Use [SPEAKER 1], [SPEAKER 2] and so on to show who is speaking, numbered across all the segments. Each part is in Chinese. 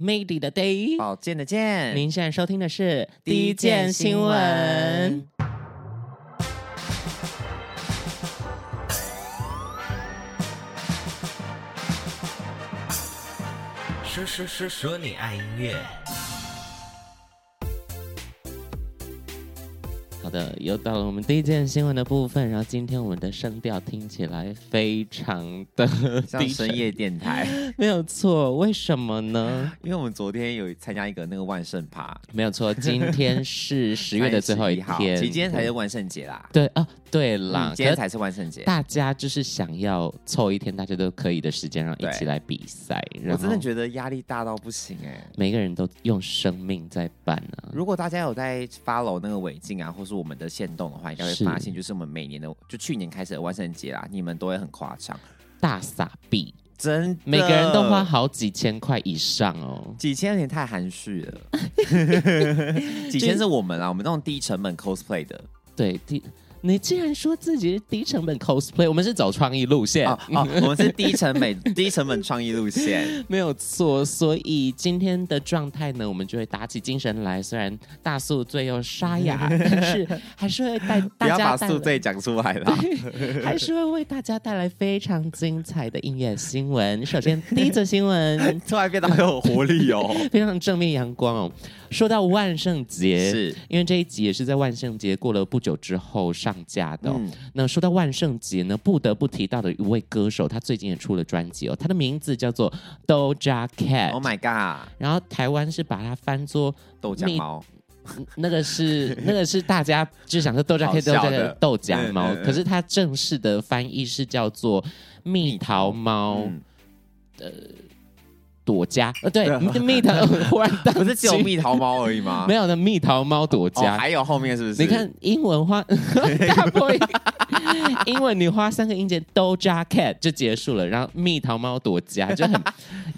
[SPEAKER 1] Mady 的 Day。
[SPEAKER 2] 宝剑的剑，
[SPEAKER 1] 您现在收听的是
[SPEAKER 2] 第一件
[SPEAKER 1] 新
[SPEAKER 2] 新闻。
[SPEAKER 3] 说说说说你爱音乐，
[SPEAKER 1] 好的，又到了我们第一件新闻的部分。然后今天我们的声调听起来非常的
[SPEAKER 2] 像
[SPEAKER 1] 低
[SPEAKER 2] 深
[SPEAKER 1] 沉，
[SPEAKER 2] 夜电台。
[SPEAKER 1] 没有错。为什么呢？
[SPEAKER 2] 因为我们昨天有参加一个那个万圣趴，
[SPEAKER 1] 没有错，今天 是十月的最后一
[SPEAKER 2] 31号
[SPEAKER 1] 天，
[SPEAKER 2] 其实今天才是万圣节啦。
[SPEAKER 1] 对啊，对
[SPEAKER 2] 嗯
[SPEAKER 1] 啦，
[SPEAKER 2] 今天才是万圣节。
[SPEAKER 1] 大家就是想要凑一天大家都可以的时间，然后一起
[SPEAKER 2] 对
[SPEAKER 1] 来比赛。
[SPEAKER 2] 我
[SPEAKER 1] 然
[SPEAKER 2] 真的
[SPEAKER 1] 后
[SPEAKER 2] 觉得压力大到不行哎、
[SPEAKER 1] 每个人都用生命在办啊，
[SPEAKER 2] 如果大家有在 follow 那个违禁啊，或是我们的限动的话，应该会
[SPEAKER 1] 是
[SPEAKER 2] 发现，就是我们每年的，就去年开始的万圣节啦，你们都会很夸张，
[SPEAKER 1] 大撒币，
[SPEAKER 2] 真的
[SPEAKER 1] 每个人都花好几千块以上哦。
[SPEAKER 2] 几千有点太含 蓄了，几千是我们啦，我们那种低成本 cosplay 的
[SPEAKER 1] 对，低，你竟然说自己是低成本 cosplay，我们是走创意路线，
[SPEAKER 2] 哦哦， 我们是低成本 低成本创意路线，
[SPEAKER 1] 没有错。所以今天的状态呢，我们就会打起精神来。虽然大宿醉又沙哑， 但是还是会带
[SPEAKER 2] 不
[SPEAKER 1] 大
[SPEAKER 2] 要
[SPEAKER 1] 家
[SPEAKER 2] 把
[SPEAKER 1] 带
[SPEAKER 2] 宿
[SPEAKER 1] 来，
[SPEAKER 2] 醉讲出来啦。
[SPEAKER 1] 还是会为大家带来非常精彩的音乐新闻。首先，第一则新闻
[SPEAKER 2] 突然变得很有活力 哦，
[SPEAKER 1] 非常正面阳光哦。说到万圣节，
[SPEAKER 2] 是，
[SPEAKER 1] 因为这一集也是在万圣节过了不久之后上架的哦、
[SPEAKER 2] 嗯，
[SPEAKER 1] 那说到万圣节呢，不得不提到的一位歌手，他最近也出了专辑哦，他的名字叫做 Doja Cat。
[SPEAKER 2] Oh my god，
[SPEAKER 1] 然后台湾是把它翻作，
[SPEAKER 2] 豆浆猫，
[SPEAKER 1] 嗯那个是那个是大家就想说豆浆黑豆
[SPEAKER 2] 好笑
[SPEAKER 1] 浆
[SPEAKER 2] 的
[SPEAKER 1] 的豆荚猫
[SPEAKER 2] 嗯嗯，嗯
[SPEAKER 1] 可是它正式的翻译是叫做蜜桃猫
[SPEAKER 2] 嗯
[SPEAKER 1] 朵家，呃对，蜜桃 忽然
[SPEAKER 2] 不
[SPEAKER 1] 不
[SPEAKER 2] 是只有蜜桃猫而已 吗？
[SPEAKER 1] 没
[SPEAKER 2] 有，
[SPEAKER 1] 有的蜜桃猫朵
[SPEAKER 2] 哦，
[SPEAKER 1] 家，
[SPEAKER 2] 还有后面是不是？
[SPEAKER 1] 你看英文 花大波音，英文你花三个音节 Doja Cat 就结束了，然后蜜桃猫朵家就 很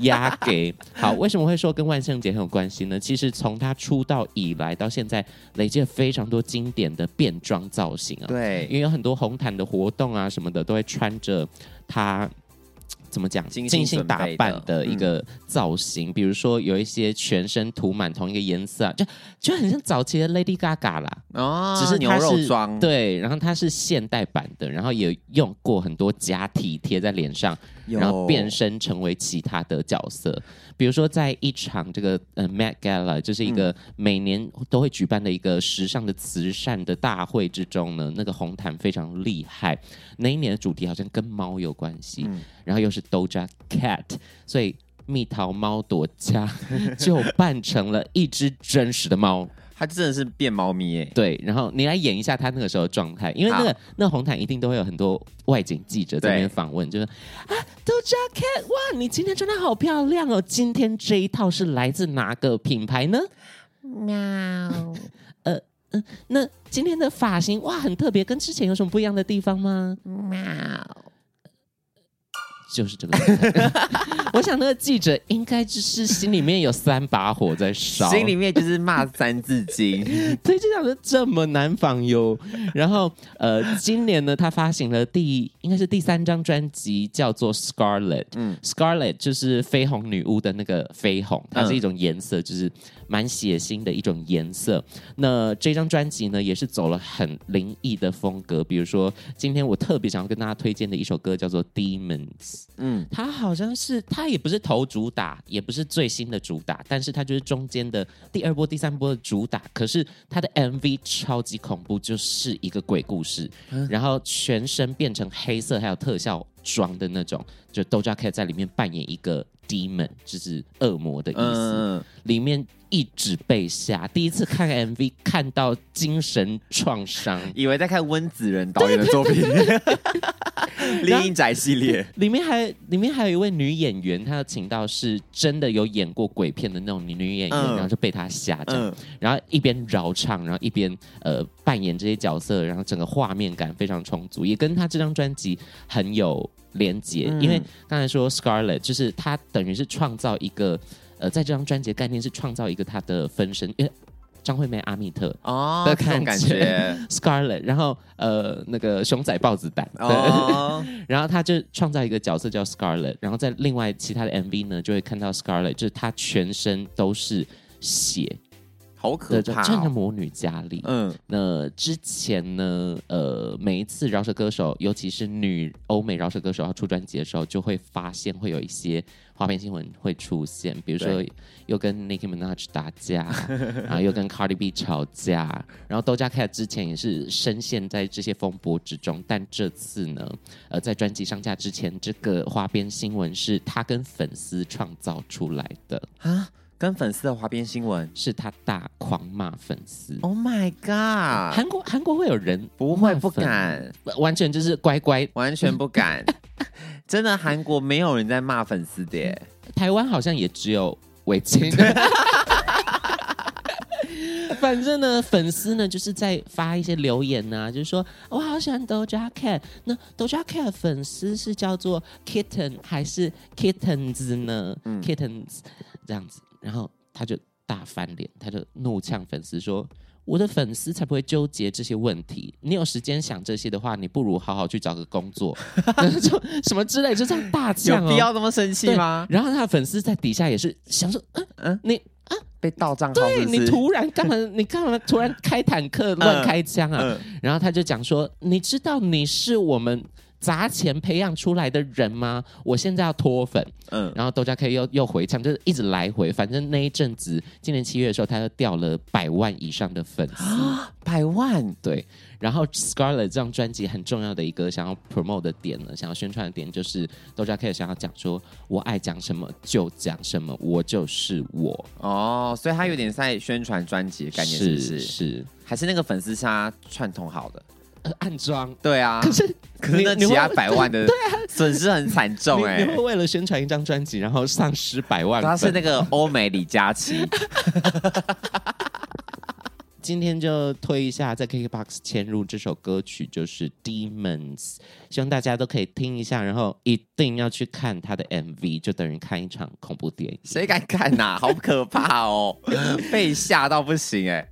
[SPEAKER 1] 压给。好，为什么会说跟万圣节很有关系呢？其实从他出道以来到现在，累积了非常多经典的变装造型啊，因
[SPEAKER 2] 对，
[SPEAKER 1] 为有很多红毯的活动啊什么的，都会穿着他。怎么讲？
[SPEAKER 2] 精心
[SPEAKER 1] 精心
[SPEAKER 2] 准
[SPEAKER 1] 打
[SPEAKER 2] 备的
[SPEAKER 1] 扮的一
[SPEAKER 2] 嗯
[SPEAKER 1] 个造型，比如说有一些全身涂满同一个颜色、啊，就就很像早期的 Lady Gaga 啦。
[SPEAKER 2] 哦，
[SPEAKER 1] 嗯只是
[SPEAKER 2] 牛
[SPEAKER 1] 它是
[SPEAKER 2] 肉装，，
[SPEAKER 1] 对，然后它是现代版的，然后也用过很多假体贴在脸上，然后变身成为其他的角色。比如说，在一场这个呃 Met Gala，就是一个每年都会举办的一个时尚的慈善的大会之中呢，那个红毯非常厉害。那一年的主题好像跟猫有关系，
[SPEAKER 2] 嗯
[SPEAKER 1] 然后又是 Doja Cat，所以。蜜桃猫朵家 就扮成了一只真实的猫，
[SPEAKER 2] 它真的是变猫咪耶。
[SPEAKER 1] 对，然后你来演一下他那个时候的状态，因为那个那红毯一定都会有很多外景记者在那边
[SPEAKER 2] 对
[SPEAKER 1] 访问，就是啊，Doja Cat，哇，你今天穿的好漂亮哦！今天这一套是来自哪个品牌呢？
[SPEAKER 4] 喵，
[SPEAKER 1] 那今天的发型哇，很特别，跟之前有什么不一样的地方吗？
[SPEAKER 4] 喵，
[SPEAKER 1] 就是这个状态。 我想那个记者应该就是心里面有三把火在烧，
[SPEAKER 2] 心里面就是骂《三字 经》
[SPEAKER 1] 所以就想说这么难访哟。然后呃，今年呢，他发行了第应该是第三张专辑，叫做 Scarlet。嗯
[SPEAKER 2] 嗯
[SPEAKER 1] ，Scarlet 就是绯红女巫的那个绯红，它是一种颜色，就是蛮血腥的一种颜色。那这张专辑呢，也是走了很灵异的风格，比如说今天我特别想要跟大家推荐的一首歌叫做 Demons。
[SPEAKER 2] 嗯，
[SPEAKER 1] 它好像是它也不是头主打，也不是最新的主打，但是它就是中间的第二波、第三波的主打。可是它的 MV 超级恐怖，就是一个鬼故事，然后全身变成黑色，还有特效妆的那种，就 Doja Cat 在里面扮演一个 demon，就是恶魔的意思。
[SPEAKER 2] 嗯，
[SPEAKER 1] 里面一直被吓，第一次看 MV 看到精神创伤。
[SPEAKER 2] 以为在看温子仁导演的作品， 《阴宅》系列，
[SPEAKER 1] 里面还里面还有一位女演员，她请到是真的有演过鬼片的那种女女演员，
[SPEAKER 2] 嗯
[SPEAKER 1] 然后就被她吓这样，
[SPEAKER 2] 嗯，
[SPEAKER 1] 然后一边饶唱，然后一边呃扮演这些角色，然后整个画面感非常充足，也跟她这张专辑很有连结。
[SPEAKER 2] 嗯
[SPEAKER 1] 因为刚才说 Scarlett，就是她等于是创造一个呃，在这张专辑的概念是创造一个她的分身，因为张惠妹、阿密特
[SPEAKER 2] 哦，
[SPEAKER 1] 的
[SPEAKER 2] 这种
[SPEAKER 1] 感
[SPEAKER 2] 感
[SPEAKER 1] 觉
[SPEAKER 2] 觉
[SPEAKER 1] Scarlett，然后呃那个熊仔豹子胆，对，
[SPEAKER 2] 哦，
[SPEAKER 1] 然后他就创造一个角色叫 Scarlett，然后在另外其他的 MV 呢，就会看到 Scarlett，就是她全身都是血
[SPEAKER 2] 好
[SPEAKER 1] 的，
[SPEAKER 2] 可
[SPEAKER 1] 就
[SPEAKER 2] 怕
[SPEAKER 1] 像
[SPEAKER 2] 哦。
[SPEAKER 1] 魔女佳丽。
[SPEAKER 2] 嗯，
[SPEAKER 1] 那之前呢，呃，每一次饶舌歌手，尤其是女欧美饶舌歌手要出专辑的时候，就会发现会有一些花边新闻会出现，比如说又跟 Nicki Minaj 打架，然后又跟 Cardi B 吵架，然后 Doja Cat 之前也是深陷在这些风波之中，但这次呢，呃，在专辑上架之前，这个花边新闻是他跟粉丝创造出来的，
[SPEAKER 2] 啊，跟粉丝的花边新闻
[SPEAKER 1] 是他大狂骂粉丝。
[SPEAKER 2] ，Oh my god，
[SPEAKER 1] 韩国韩国会有人
[SPEAKER 2] 不会不
[SPEAKER 1] 粉
[SPEAKER 2] 敢，
[SPEAKER 1] 完全就是乖乖。
[SPEAKER 2] 完全不敢， 真的韩国没有人在骂粉丝的耶，
[SPEAKER 1] 台湾好像也只有围巾。反正呢，粉丝呢就是在发一些留言呐、就是说我好喜欢 Doja Cat，那 Doja Cat 的粉丝是叫做 Kitten 还是 Kittens 呢、k i t t e n s 这样子，然后他就大翻脸，他就怒呛粉丝说：“我的粉丝才不会纠结这些问题，你有时间想这些的话，你不如好好去找个工作， 就什么之类，就这样大
[SPEAKER 2] 有
[SPEAKER 1] 呛、哦。”
[SPEAKER 2] 必要那么生气
[SPEAKER 1] 对
[SPEAKER 2] 吗？
[SPEAKER 1] 然后他的粉丝在底下也是想说，嗯、
[SPEAKER 2] 嗯
[SPEAKER 1] 你
[SPEAKER 2] 被盗账号是不
[SPEAKER 1] 你
[SPEAKER 2] 是？
[SPEAKER 1] 突然干嘛？你干嘛突然开坦克乱开枪啊？
[SPEAKER 2] 嗯
[SPEAKER 1] 然后他就讲说，你知道你是我们砸钱培养出来的人吗？我现在要脱粉。
[SPEAKER 2] 嗯，
[SPEAKER 1] 然后豆家 K 又又回呛，就是一直来回。反正那一阵子，今年七月的时候，他又掉了百万以上的粉丝。
[SPEAKER 2] 啊百万
[SPEAKER 1] 对，然后 Scarlett 这张专辑很重要的一个想要 promote 的点呢，想要宣传的点就是 Doja Cat 想要讲说，我爱讲什么就讲什么，我就是我，
[SPEAKER 2] 哦，所以他有点在宣传专辑的概念，是不
[SPEAKER 1] 是
[SPEAKER 2] 是？还是那个粉丝是他串通好的？
[SPEAKER 1] 呃暗装。
[SPEAKER 2] 对啊，
[SPEAKER 1] 可是
[SPEAKER 2] 可是那
[SPEAKER 1] 你你
[SPEAKER 2] 其他
[SPEAKER 1] 会
[SPEAKER 2] 百万 的损失很惨重
[SPEAKER 1] 你
[SPEAKER 2] 哎、
[SPEAKER 1] 你会为了宣传一张专辑，然后丧失百万
[SPEAKER 2] 他是
[SPEAKER 1] 粉？
[SPEAKER 2] 那个欧美李佳琦，
[SPEAKER 1] 今天就推一下，在 KKBOX 嵌入这首歌曲就是《Demons》，希望大家都可以听一下，然后一定要去看他的 MV，就等于看一场恐怖电影。
[SPEAKER 2] 谁敢看呐、好可怕哦，被吓到不行哎、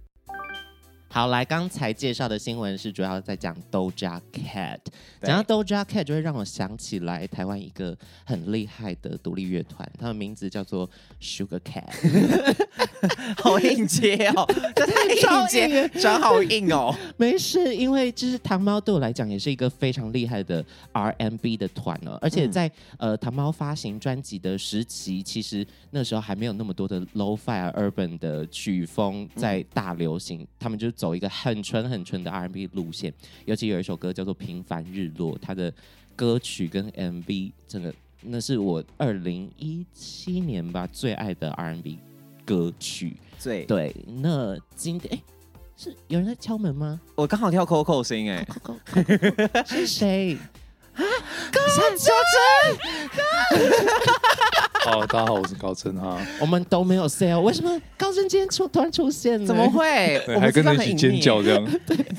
[SPEAKER 1] 好，来，刚才介绍的新闻是主要在讲 Doja Cat，
[SPEAKER 2] 对
[SPEAKER 1] 讲到 Doja Cat 就会让我想起来台湾一个很厉害的独立乐团，他们名字叫做 Sugar Cat，
[SPEAKER 2] 好硬接哦，这太硬接，转好硬哦。
[SPEAKER 1] 没事，因为就是糖猫对我来讲也是一个非常厉害的 R&B 的团哦，而且在、呃糖猫发行专辑的时期，其实那时候还没有那么多的 Lo-Fi 啊 Urban 的曲风在大流行，他们就走一个很纯很纯的 R&B 路线，尤其有一首歌叫做《平凡日落》，它的歌曲跟 MV 真的那是我二零一七年吧最爱的 R&B 歌曲。
[SPEAKER 2] 对，
[SPEAKER 1] 对，那今天哎、是有人在敲门吗？
[SPEAKER 2] 我刚好跳 Coco 声音哎、
[SPEAKER 1] 是谁？啊
[SPEAKER 4] 哦，大家 好，我是高真啊哈，
[SPEAKER 1] 我们都没有 say 哦，为什么高真今天出突然出现呢？
[SPEAKER 2] 怎么？会？
[SPEAKER 4] 对
[SPEAKER 2] 我
[SPEAKER 4] 还
[SPEAKER 2] 们是
[SPEAKER 4] 跟
[SPEAKER 2] 这样
[SPEAKER 4] 着一
[SPEAKER 2] 的
[SPEAKER 4] 起
[SPEAKER 2] 隐
[SPEAKER 4] 尖
[SPEAKER 2] 匿
[SPEAKER 4] 叫这样。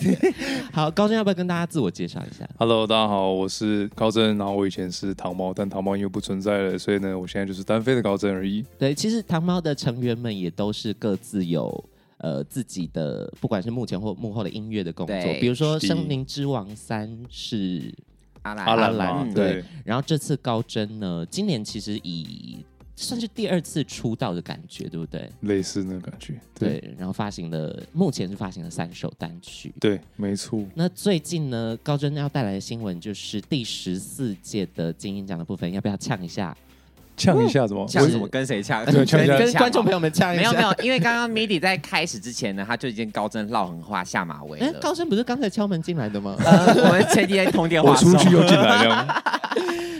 [SPEAKER 1] 好，高真要不要跟大家自我介绍一下？
[SPEAKER 4] Hello，大家好，我是高真，然后我以前是糖猫，但糖猫因为不存在了，所以呢，我现在就是单飞的高真而已。
[SPEAKER 1] 对，其实糖猫的成员们也都是各自有。呃，自己的不管是幕前或幕后的音乐的工作，
[SPEAKER 2] 对
[SPEAKER 1] 比如说《
[SPEAKER 4] 是
[SPEAKER 1] 森林之王三》是
[SPEAKER 2] 阿兰
[SPEAKER 4] 阿兰
[SPEAKER 1] 阿兰
[SPEAKER 4] 嘛，
[SPEAKER 1] 嗯
[SPEAKER 4] 对，
[SPEAKER 1] 然后这次高真呢，今年其实以算是第二次出道的感觉，对不对？
[SPEAKER 4] 类似那个感觉，对
[SPEAKER 1] 对，然后发行了，目前是发行了三首单曲。
[SPEAKER 4] 对，没错。
[SPEAKER 1] 那最近呢，高真要带来的新闻就是第十四届的金鹰奖的部分，要不要呛一下？
[SPEAKER 4] 呛一下怎么？
[SPEAKER 2] 呛
[SPEAKER 4] 我
[SPEAKER 2] 什么？跟谁呛？
[SPEAKER 4] 对呛一 下
[SPEAKER 1] 跟观众朋
[SPEAKER 2] 友。
[SPEAKER 1] 友们呛一
[SPEAKER 2] 没
[SPEAKER 1] 下。
[SPEAKER 2] 有没有，因为刚刚 MIDI 在开始之前呢，他就已经高真唠狠话下马威
[SPEAKER 1] 哎，
[SPEAKER 2] 了。
[SPEAKER 1] 高真不是刚才敲门进来的吗？
[SPEAKER 2] 呃， 我们前几天通电话
[SPEAKER 4] 我
[SPEAKER 2] 的时候，
[SPEAKER 4] 出 去又进来这样。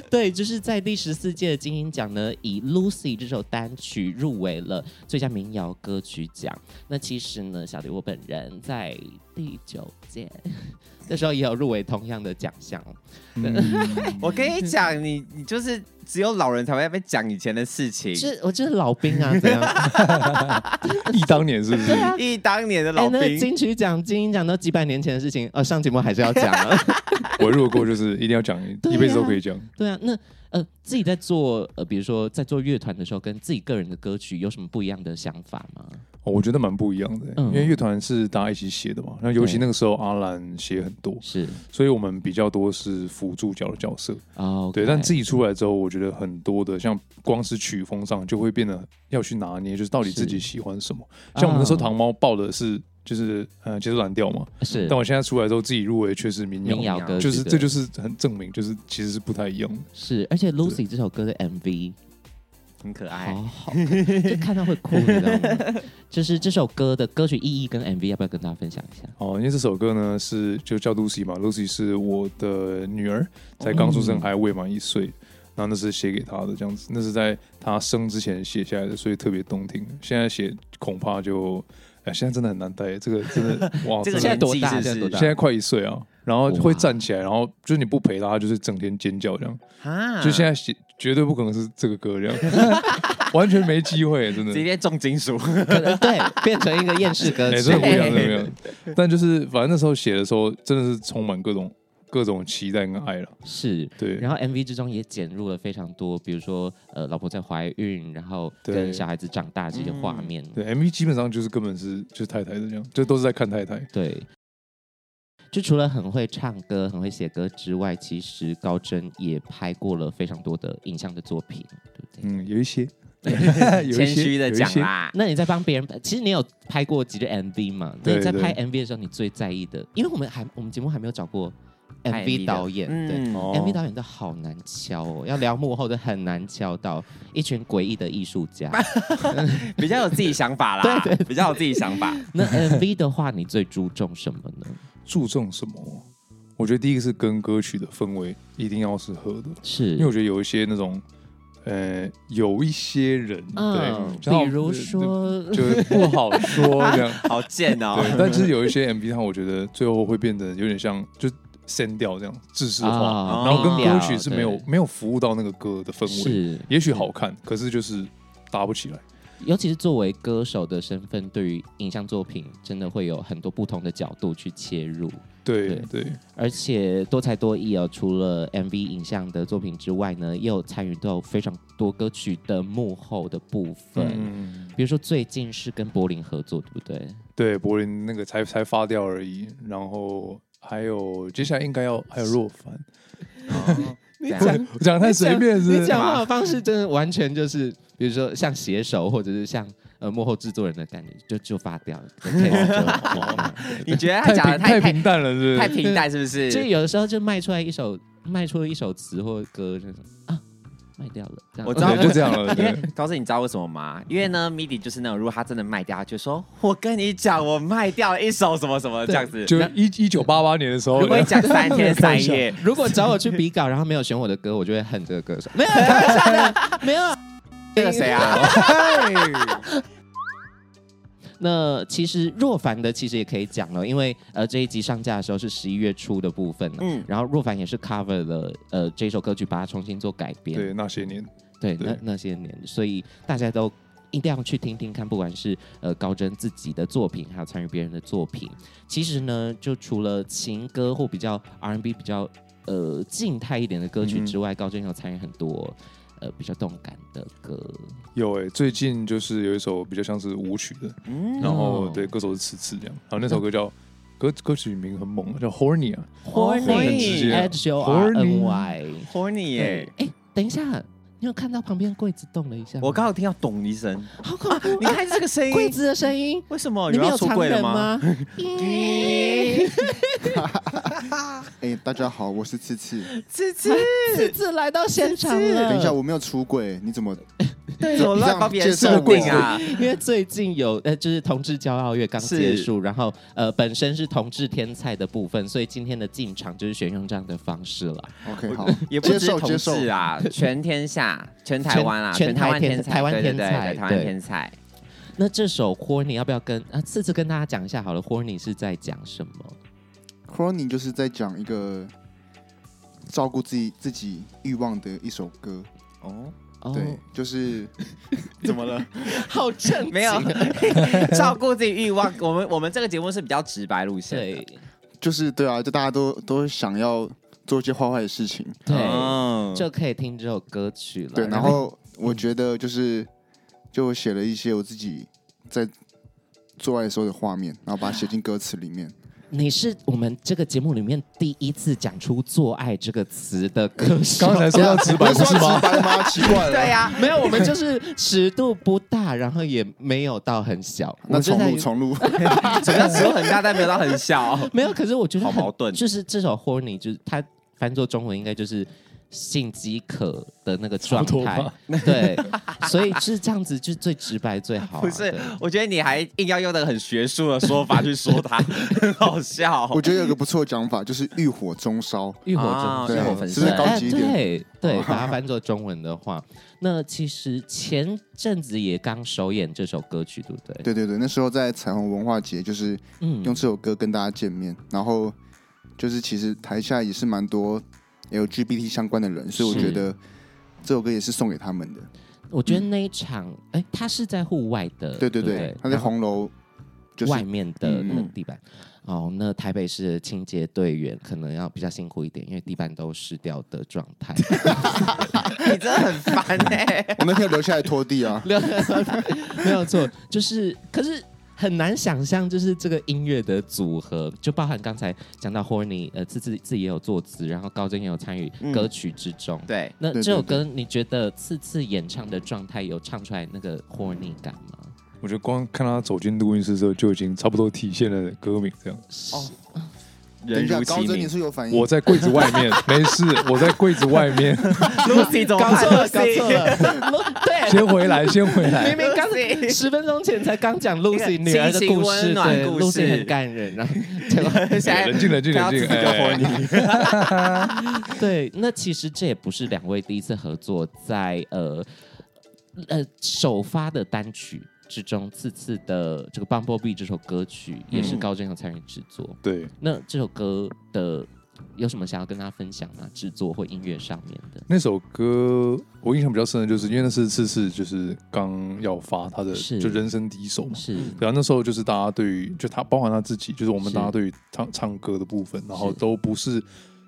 [SPEAKER 1] 对， 就是在第十四届的金鹰奖呢，以《Lucy》这首单曲入围了最佳民谣歌曲奖。那其实呢，小迪我本人在第九届那时候也有入围同样的奖 项。
[SPEAKER 4] 嗯
[SPEAKER 2] 我跟你讲，你你就是只有老人才会被讲以前的事情，
[SPEAKER 1] 就是我就是老兵 啊，怎样？
[SPEAKER 4] 忆当年是不是
[SPEAKER 1] 对？啊，
[SPEAKER 2] 忆当年的
[SPEAKER 1] 哎、
[SPEAKER 2] 老
[SPEAKER 1] 那个
[SPEAKER 2] 兵。
[SPEAKER 1] 金曲奖、金鹰奖都几百年前的事情，呃，上节目还是要讲啊。
[SPEAKER 4] 我如果过就是一定要讲，
[SPEAKER 1] 对啊
[SPEAKER 4] 一辈子都可以讲。
[SPEAKER 1] 对啊，那呃，自己在做呃，比如说在做乐团的时候，跟自己个人的歌曲有什么不一样的想法吗？
[SPEAKER 4] 哦哦我觉得蛮不一样的、
[SPEAKER 1] 嗯
[SPEAKER 4] 因为乐团是大家一起写的嘛。那尤其那个时候阿兰写很多，
[SPEAKER 1] 是
[SPEAKER 4] 所以我们比较多是辅助角的角色。
[SPEAKER 1] 哦，
[SPEAKER 4] 对，但自
[SPEAKER 1] 己
[SPEAKER 4] 己出来之后，我觉得很多的像光是曲风上就会变得要去拿捏，就是到底
[SPEAKER 1] 是
[SPEAKER 4] 自己喜欢什么。像我们那时候
[SPEAKER 1] 哦
[SPEAKER 4] 糖猫报的是就是呃节奏蓝调嘛，
[SPEAKER 1] 是
[SPEAKER 4] 但我现在出来之后自己入围却是民
[SPEAKER 1] 民
[SPEAKER 4] 谣，
[SPEAKER 1] 谣歌曲的，
[SPEAKER 4] 就是这就是很证明，就是其实是不太一样的。
[SPEAKER 1] 是，而且 Lucy 这首歌的 MV
[SPEAKER 2] 很可爱
[SPEAKER 1] 好。好看，就看到会哭，你知道吗？就是这首歌的歌曲意义跟 MV 要不要跟大家分享一下？
[SPEAKER 4] 哦，因为这首歌呢是就叫 Lucy 嘛，Lucy 是我的女儿，才刚出
[SPEAKER 1] 嗯
[SPEAKER 4] 生还未满一岁，然后那是写给她的，这样子，那是在她生之前写下来的，所以特别动听。现在写恐怕就，哎，现在真的很难带，这个真的 哇，
[SPEAKER 2] 这个年
[SPEAKER 4] 真的
[SPEAKER 1] 现在多
[SPEAKER 2] 纪
[SPEAKER 1] 大
[SPEAKER 2] 是不
[SPEAKER 1] 现在多
[SPEAKER 2] 是
[SPEAKER 1] 大
[SPEAKER 4] 现在快一岁啊，然后
[SPEAKER 1] 哇
[SPEAKER 4] 会站起来，然后就是你不陪她，她就是整天尖叫这样，
[SPEAKER 1] 嗯
[SPEAKER 2] 啊
[SPEAKER 4] 就现在写绝对不可能是这个歌这样， 完全没机会，真的
[SPEAKER 2] 直接重金属，
[SPEAKER 1] 可能对，变成一个厌世歌
[SPEAKER 4] 哎、
[SPEAKER 1] 曲
[SPEAKER 4] 真的，不一样，真的不一样。但就是反正那时候写的时候，真的是充满各种各种期待跟爱了。
[SPEAKER 1] 是。
[SPEAKER 4] 对，
[SPEAKER 1] 然后 MV 之中也剪入了非常多，比如说呃，老婆在怀孕，然后跟
[SPEAKER 4] 对
[SPEAKER 1] 小孩子长大这些画面。
[SPEAKER 4] 对 MV 基本上就是根本是就是太太的这样，就都是在看太太。
[SPEAKER 1] 对，就除了很会唱歌、很会写歌之外，其实高真也拍过了非常多的影像的作品，对不对？
[SPEAKER 4] 嗯， 有一些有
[SPEAKER 2] 谦
[SPEAKER 4] 一些
[SPEAKER 2] 虚的讲，啦。
[SPEAKER 1] 那你在帮别人，其实你有拍过几支 MV 嘛？那你
[SPEAKER 4] 对
[SPEAKER 1] 在拍
[SPEAKER 4] 对
[SPEAKER 1] MV 的时候，你最在意的，因为我们还我们节目还没有找过
[SPEAKER 2] 拍 MV
[SPEAKER 1] MV
[SPEAKER 2] 的
[SPEAKER 1] 导演，
[SPEAKER 2] 嗯
[SPEAKER 1] 对。
[SPEAKER 4] 有一些哦
[SPEAKER 1] MV 导演都好难敲哦，要聊幕后都很难敲到一群诡异的艺术 家。
[SPEAKER 2] 比较有自己想法啦，对比较有自己想法。
[SPEAKER 1] 那 MV 的话，你最注重什么呢？
[SPEAKER 4] 注重什么？我觉得第一个是跟歌曲的氛围一定要是合的，
[SPEAKER 1] 是
[SPEAKER 4] 因为我，觉得有一些那种。呃，有一些人，
[SPEAKER 1] 嗯，
[SPEAKER 4] 对，就好
[SPEAKER 1] 比如说，
[SPEAKER 4] 就不好说这 样，
[SPEAKER 2] 好贱哦！
[SPEAKER 4] 对，但是有一些 MV 它，我觉得最后会变得有点像就删掉这样制式化，
[SPEAKER 1] 啊
[SPEAKER 4] 然后跟
[SPEAKER 1] 低
[SPEAKER 2] 哦
[SPEAKER 1] 调
[SPEAKER 4] 歌曲是没有
[SPEAKER 1] 对
[SPEAKER 4] 没有服务到那个歌的氛围，
[SPEAKER 1] 是，
[SPEAKER 4] 也许好看，可是就是搭不起来。
[SPEAKER 1] 尤其是作为歌手的身份，对于影像作品真的会有很多不同的角度去切入。
[SPEAKER 4] 对对，
[SPEAKER 1] 而且多才多艺哦，除了 MV 影像的作品之外呢，也有参与到非常多歌曲的幕后的部分。
[SPEAKER 4] 嗯，
[SPEAKER 1] 比如说最近是跟柏林合作，对不对？
[SPEAKER 4] 对，柏林那个才才发掉而已，然后还有接下来应该要还有若凡，
[SPEAKER 2] 哦
[SPEAKER 1] 你
[SPEAKER 2] 讲
[SPEAKER 4] 我 讲得太随便是不
[SPEAKER 1] 你
[SPEAKER 4] 是
[SPEAKER 1] 讲？话的方式真的完全就是，比如说像写手或者是像呃幕后制作人的感觉，就就发掉了。
[SPEAKER 2] 你觉得他
[SPEAKER 4] 太
[SPEAKER 2] 讲的
[SPEAKER 4] 平
[SPEAKER 2] 太
[SPEAKER 4] 太
[SPEAKER 2] 太
[SPEAKER 4] 平淡了，是不
[SPEAKER 2] 太
[SPEAKER 4] 是？
[SPEAKER 2] 平淡是不是？
[SPEAKER 1] 就有的时候就卖出来一首，卖出一首词或歌，就是啊卖掉了。这样
[SPEAKER 2] 我知道
[SPEAKER 4] 呃对就这样了。
[SPEAKER 2] 因为
[SPEAKER 4] 对，
[SPEAKER 2] 高志，你知道为什么吗？因为呢，MIDI 就是那种，如果他真的卖掉，他就说我跟你讲，我卖掉了一首什么什么这样子。
[SPEAKER 4] 就哦一一九八八年的时候哎
[SPEAKER 2] 如，果你讲三天三夜，
[SPEAKER 1] 如果找我去比稿，然后没有选我的歌，我就会恨这个歌手。没有，开玩笑的没有。
[SPEAKER 2] 那个谁啊？
[SPEAKER 1] 那其实若凡的其实也可以讲了，因为呃这一集上架的时候是十一月初的部分，
[SPEAKER 2] 嗯，
[SPEAKER 1] 然后若凡也是 cover 了呃这首歌曲，把它重新做改编。
[SPEAKER 4] 对那些年，
[SPEAKER 1] 对，
[SPEAKER 4] 对
[SPEAKER 1] 那那些年，所以大家都一定要去听听看，不管是呃高真自己的作品，还有参与别人的作品。其实呢，就除了情歌或比较 R&B 比较呃静态一点的歌
[SPEAKER 2] 嗯
[SPEAKER 1] 曲之外，高真有参与很多呃比较动感的歌。
[SPEAKER 4] 有诶、最近就是有一首比较像是舞曲的，
[SPEAKER 2] 嗯
[SPEAKER 4] 然后、
[SPEAKER 1] 哦
[SPEAKER 4] 对歌手是次次这样，然后那首歌叫歌歌曲名很猛，叫 Horny 啊，
[SPEAKER 2] 哦
[SPEAKER 4] 很直接
[SPEAKER 1] H O R N Y。
[SPEAKER 2] horny 啊 耶！
[SPEAKER 1] 哎，等一下，你有看到旁边柜子动了一下吗？
[SPEAKER 2] 我刚好听到咚一声，
[SPEAKER 1] 好恐怖！
[SPEAKER 2] 啊你看这个声
[SPEAKER 1] 柜
[SPEAKER 2] 音，
[SPEAKER 1] 子的声音，
[SPEAKER 2] 为什么
[SPEAKER 1] 里
[SPEAKER 2] 有
[SPEAKER 1] 面有
[SPEAKER 2] 人哦要出
[SPEAKER 1] 藏
[SPEAKER 2] 柜了
[SPEAKER 1] 人
[SPEAKER 2] 吗？
[SPEAKER 1] 吗？
[SPEAKER 5] 哎、大家好，我是七七。
[SPEAKER 2] 这这
[SPEAKER 1] 次次来到现场了。
[SPEAKER 5] 等一下，我没有出轨，你怎么？
[SPEAKER 2] 对，我乱帮别人设定啊！
[SPEAKER 1] 因为最近有呃，就是同志骄傲月刚结束，然后呃，本身是同志天菜的部分，所以今天的进场就是选用这样的方式了。
[SPEAKER 5] OK，好，
[SPEAKER 2] 也不
[SPEAKER 5] 接
[SPEAKER 2] 止
[SPEAKER 5] 受
[SPEAKER 2] 同
[SPEAKER 5] 接受
[SPEAKER 2] 志啊，全天下，全台湾啊，
[SPEAKER 1] 全
[SPEAKER 2] 全台湾
[SPEAKER 1] 全
[SPEAKER 2] 天才，
[SPEAKER 1] 台湾
[SPEAKER 2] 对对
[SPEAKER 1] 天
[SPEAKER 2] 对，
[SPEAKER 1] 才
[SPEAKER 2] 对台湾
[SPEAKER 1] 对
[SPEAKER 2] 天才。
[SPEAKER 1] 那这首《Horny》要不要跟啊，次次跟大家讲一下好了，《Horny》是在讲什么？
[SPEAKER 5] Crony 就是在讲一个照顾自己自己欲望的一首歌。
[SPEAKER 2] 哦，
[SPEAKER 1] 哦
[SPEAKER 5] 对，就是
[SPEAKER 2] 怎么 了？
[SPEAKER 1] 好正经
[SPEAKER 2] 没有照顾自己欲望。我们我们这个节目是比较直白路线的
[SPEAKER 1] 对，
[SPEAKER 5] 就是对啊，就大家都都想要做一些坏坏的事情。
[SPEAKER 1] 对，
[SPEAKER 2] 嗯
[SPEAKER 1] 就可以听这首歌曲了。
[SPEAKER 5] 对，然后我觉得就是就我写了一些我自己在做爱的时候的画面，然后把它写进歌词里面。
[SPEAKER 1] 你是我们这个节目里面第一次讲出“做爱”这个词的歌手。
[SPEAKER 4] 刚才说到直白不是吗？
[SPEAKER 5] 白吗？奇怪了。
[SPEAKER 2] 对呀、
[SPEAKER 1] 没有，我们就是尺度不大，然后也没有到很小。
[SPEAKER 5] 那
[SPEAKER 1] 我就
[SPEAKER 5] 重
[SPEAKER 1] 在
[SPEAKER 5] 录
[SPEAKER 1] 于
[SPEAKER 5] 重录，
[SPEAKER 2] 整个尺度很大，但没有到很小。
[SPEAKER 1] 没有，可是我觉得
[SPEAKER 2] 嗯好
[SPEAKER 1] 很
[SPEAKER 2] 矛盾
[SPEAKER 1] 就是这首 horny，就是它翻作中文应该就是性饥渴的那个状
[SPEAKER 4] 差不多
[SPEAKER 1] 态
[SPEAKER 4] 吧，
[SPEAKER 1] 对，所以是这样子，就是最直白最好啊、
[SPEAKER 2] 不是
[SPEAKER 1] 对，
[SPEAKER 2] 我觉得你还硬要用那个很学术的说法去说它，很好笑。
[SPEAKER 5] 我觉得有个不错的讲法，就是欲火中烧。
[SPEAKER 1] 欲火中
[SPEAKER 2] 啊
[SPEAKER 1] 烧
[SPEAKER 2] 欲火
[SPEAKER 5] 对
[SPEAKER 2] 焚
[SPEAKER 5] 是不是
[SPEAKER 2] 身哦
[SPEAKER 5] 高
[SPEAKER 1] 哎
[SPEAKER 5] 级一点
[SPEAKER 1] 对对，把它翻作中文的话， 那其实前阵子也刚首演这首歌曲，对不对？
[SPEAKER 5] 对对对，那时候在彩虹文化节，就是
[SPEAKER 1] 嗯
[SPEAKER 5] 用这首歌跟大家见面，然后就是其实台下也是蛮多 LGBT 相关的人，所以我
[SPEAKER 1] 是
[SPEAKER 5] 觉得这首歌也是送给他们的。
[SPEAKER 1] 我觉得那一场，哎、它是在户外的，
[SPEAKER 5] 对对
[SPEAKER 1] 对
[SPEAKER 5] 对
[SPEAKER 1] 不，
[SPEAKER 5] 他在红楼就是
[SPEAKER 1] 外面的
[SPEAKER 5] 嗯
[SPEAKER 1] 那个
[SPEAKER 5] 嗯
[SPEAKER 1] 地板。哦，那台北市的清洁队员可能要比较辛苦一点，因为地板都湿掉的状态。，
[SPEAKER 2] 你真的很烦哎、
[SPEAKER 5] 我那天有留下来拖地啊
[SPEAKER 1] 没有错，就是可是。很难想象，就是这个音乐的组合，就包含刚才讲到 Horny，呃，自自自己也有作词，然后高真也有参与
[SPEAKER 2] 嗯
[SPEAKER 1] 歌曲之中。
[SPEAKER 2] 对，
[SPEAKER 1] 那
[SPEAKER 5] 对
[SPEAKER 1] 这首
[SPEAKER 5] 对
[SPEAKER 1] 歌，你觉得次次演唱的状态有唱出来那个 Horny 感吗？
[SPEAKER 4] 我觉得光看他走进录音室之后，就已经差不多体现了歌名这样。
[SPEAKER 5] 等
[SPEAKER 2] 人
[SPEAKER 5] 一下
[SPEAKER 2] 如
[SPEAKER 5] 高
[SPEAKER 2] 其
[SPEAKER 5] 真你
[SPEAKER 2] 名。
[SPEAKER 5] 是有反 应，
[SPEAKER 4] 我在柜子外 面，没事，我在柜子外 面，
[SPEAKER 2] Lucy 怎么
[SPEAKER 1] 搞
[SPEAKER 2] 办
[SPEAKER 1] 错了，搞
[SPEAKER 2] ？Lucy
[SPEAKER 1] 错了， 对，
[SPEAKER 4] 先回来，先回来
[SPEAKER 1] 明。明刚
[SPEAKER 2] Lucy
[SPEAKER 1] 十分钟前才刚讲 Lucy 女儿的
[SPEAKER 2] 亲情
[SPEAKER 1] 故
[SPEAKER 2] 温
[SPEAKER 1] 事，
[SPEAKER 2] 暖
[SPEAKER 1] 对
[SPEAKER 2] 故事
[SPEAKER 1] ，Lucy 很感人，啊 然后结果
[SPEAKER 2] 现在
[SPEAKER 4] 哎冷静冷静冷静哎
[SPEAKER 2] 不要自己搞混
[SPEAKER 1] 对，那其实这也不是两位第一次合作在，呃呃首发的单曲之中，次次的这个《Bumblebee》这首歌曲也是
[SPEAKER 5] 嗯
[SPEAKER 1] 高真有参与制作。
[SPEAKER 4] 对，
[SPEAKER 1] 那这首歌的有什么想要跟大家分享吗？制作或音乐上面的？
[SPEAKER 4] 那首歌我印象比较深的就是，因为那是次次就是刚要发他的，
[SPEAKER 1] 是
[SPEAKER 4] 就人生第一首嘛。
[SPEAKER 1] 是
[SPEAKER 4] 对啊，那时候就是大家对于就他包含他自己，就是我们
[SPEAKER 1] 是
[SPEAKER 4] 大家对于唱唱歌的部分，然后
[SPEAKER 1] 是
[SPEAKER 4] 都不是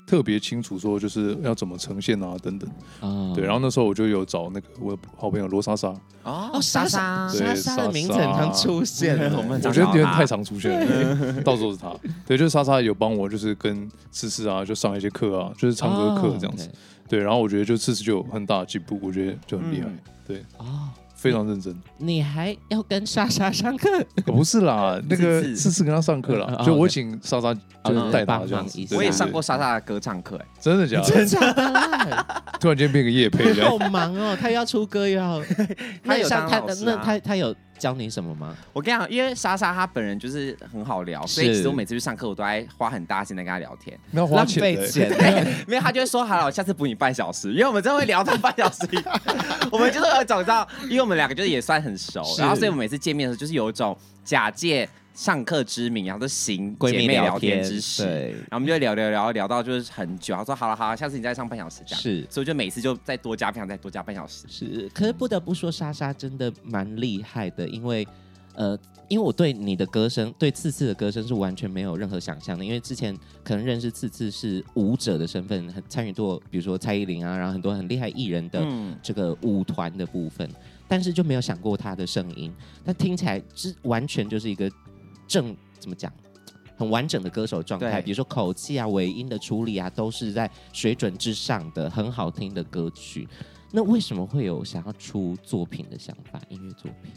[SPEAKER 4] 特别清楚说就是要怎么呈现啊等等。
[SPEAKER 1] 啊
[SPEAKER 4] 对，然后那时候我就有找那个我的好朋友罗莎莎，
[SPEAKER 2] 哦
[SPEAKER 1] 哦，莎莎
[SPEAKER 2] 莎
[SPEAKER 1] 莎
[SPEAKER 4] 对
[SPEAKER 1] 莎的
[SPEAKER 4] 莎
[SPEAKER 1] 名字
[SPEAKER 4] 莎
[SPEAKER 1] 很常出现哦，
[SPEAKER 2] 我们
[SPEAKER 4] 我
[SPEAKER 2] 很常
[SPEAKER 4] 觉得有点
[SPEAKER 2] 找她
[SPEAKER 4] 太常出现了，到时候是他。对，就是莎莎有帮我，就是跟思思啊，就上一些课啊，就是唱歌
[SPEAKER 1] 哦
[SPEAKER 4] 课这样子。对，然后我觉得就思思就有很大的进步，我觉得就很厉害，
[SPEAKER 2] 嗯
[SPEAKER 1] 哦。哦
[SPEAKER 4] 非常认真。
[SPEAKER 1] 你还要跟莎莎上课？
[SPEAKER 4] 哦不是 啦，那个
[SPEAKER 2] 思思
[SPEAKER 4] 思思跟他上课
[SPEAKER 1] 嗯
[SPEAKER 4] 啦，
[SPEAKER 1] 嗯
[SPEAKER 4] 就
[SPEAKER 1] 嗯
[SPEAKER 4] 我
[SPEAKER 1] ，OK 哦
[SPEAKER 4] 请莎莎就是带他这
[SPEAKER 1] 帮忙
[SPEAKER 4] 样
[SPEAKER 1] 一
[SPEAKER 4] 子
[SPEAKER 1] 下。
[SPEAKER 4] 对
[SPEAKER 2] 我也
[SPEAKER 4] 对
[SPEAKER 2] 上
[SPEAKER 4] 对
[SPEAKER 2] 过莎莎的歌唱课、哎，
[SPEAKER 4] 真的假
[SPEAKER 1] 真
[SPEAKER 4] 的？
[SPEAKER 1] 假的啦？
[SPEAKER 4] 突然间变个夜 配这样
[SPEAKER 1] 好。忙哦，他又要出歌又要，
[SPEAKER 2] 他
[SPEAKER 1] 那
[SPEAKER 2] 有
[SPEAKER 1] 像
[SPEAKER 2] 当
[SPEAKER 1] 他
[SPEAKER 2] 老师啊
[SPEAKER 1] 那他他有教你什么吗？
[SPEAKER 2] 我跟你讲，因为莎莎她本人就是很好聊，所以
[SPEAKER 1] 是
[SPEAKER 2] 其实我每次去上课，我都爱花很大心在跟她聊 天。
[SPEAKER 4] 那花钱的 欸，
[SPEAKER 1] 钱，
[SPEAKER 2] 没有，她就会说好了，我下次补你半小时，因为我们真的会聊到半小 时以后。我们就是有一种知道，因为我们两个就是也算很熟，
[SPEAKER 1] 是
[SPEAKER 2] 然后所以我们每次见面的时候，就是有一种假借上课之名，然后就行
[SPEAKER 1] 闺
[SPEAKER 2] 姐
[SPEAKER 1] 蜜
[SPEAKER 2] 妹
[SPEAKER 1] 聊
[SPEAKER 2] 聊天
[SPEAKER 1] 天
[SPEAKER 2] 之实。
[SPEAKER 1] 对
[SPEAKER 2] 然后我们就聊聊聊聊到就是很久，她说好了好了，下次你再上半小时这样。
[SPEAKER 1] 是。
[SPEAKER 2] 所以我就每次就再多加，不想再多加半小时。
[SPEAKER 1] 是，可是不得不说，莎莎真的蛮厉害的，因为，呃，因为我对你的歌声，对次次的歌声是完全没有任何想象的，因为之前可能认识次次是舞者的身份，很参与过，比如说蔡依林啊，然后很多很厉害艺人的
[SPEAKER 2] 嗯，
[SPEAKER 1] 这个舞团的部分，但是就没有想过她的声音，但听起来是完全就是一个正怎么讲？很完整的歌手状态，
[SPEAKER 2] 对
[SPEAKER 1] 比如说口气啊、尾音的处理啊，都是在水准之上的，很好听的歌曲。那为什么会有想要出作品的想法？音乐作品，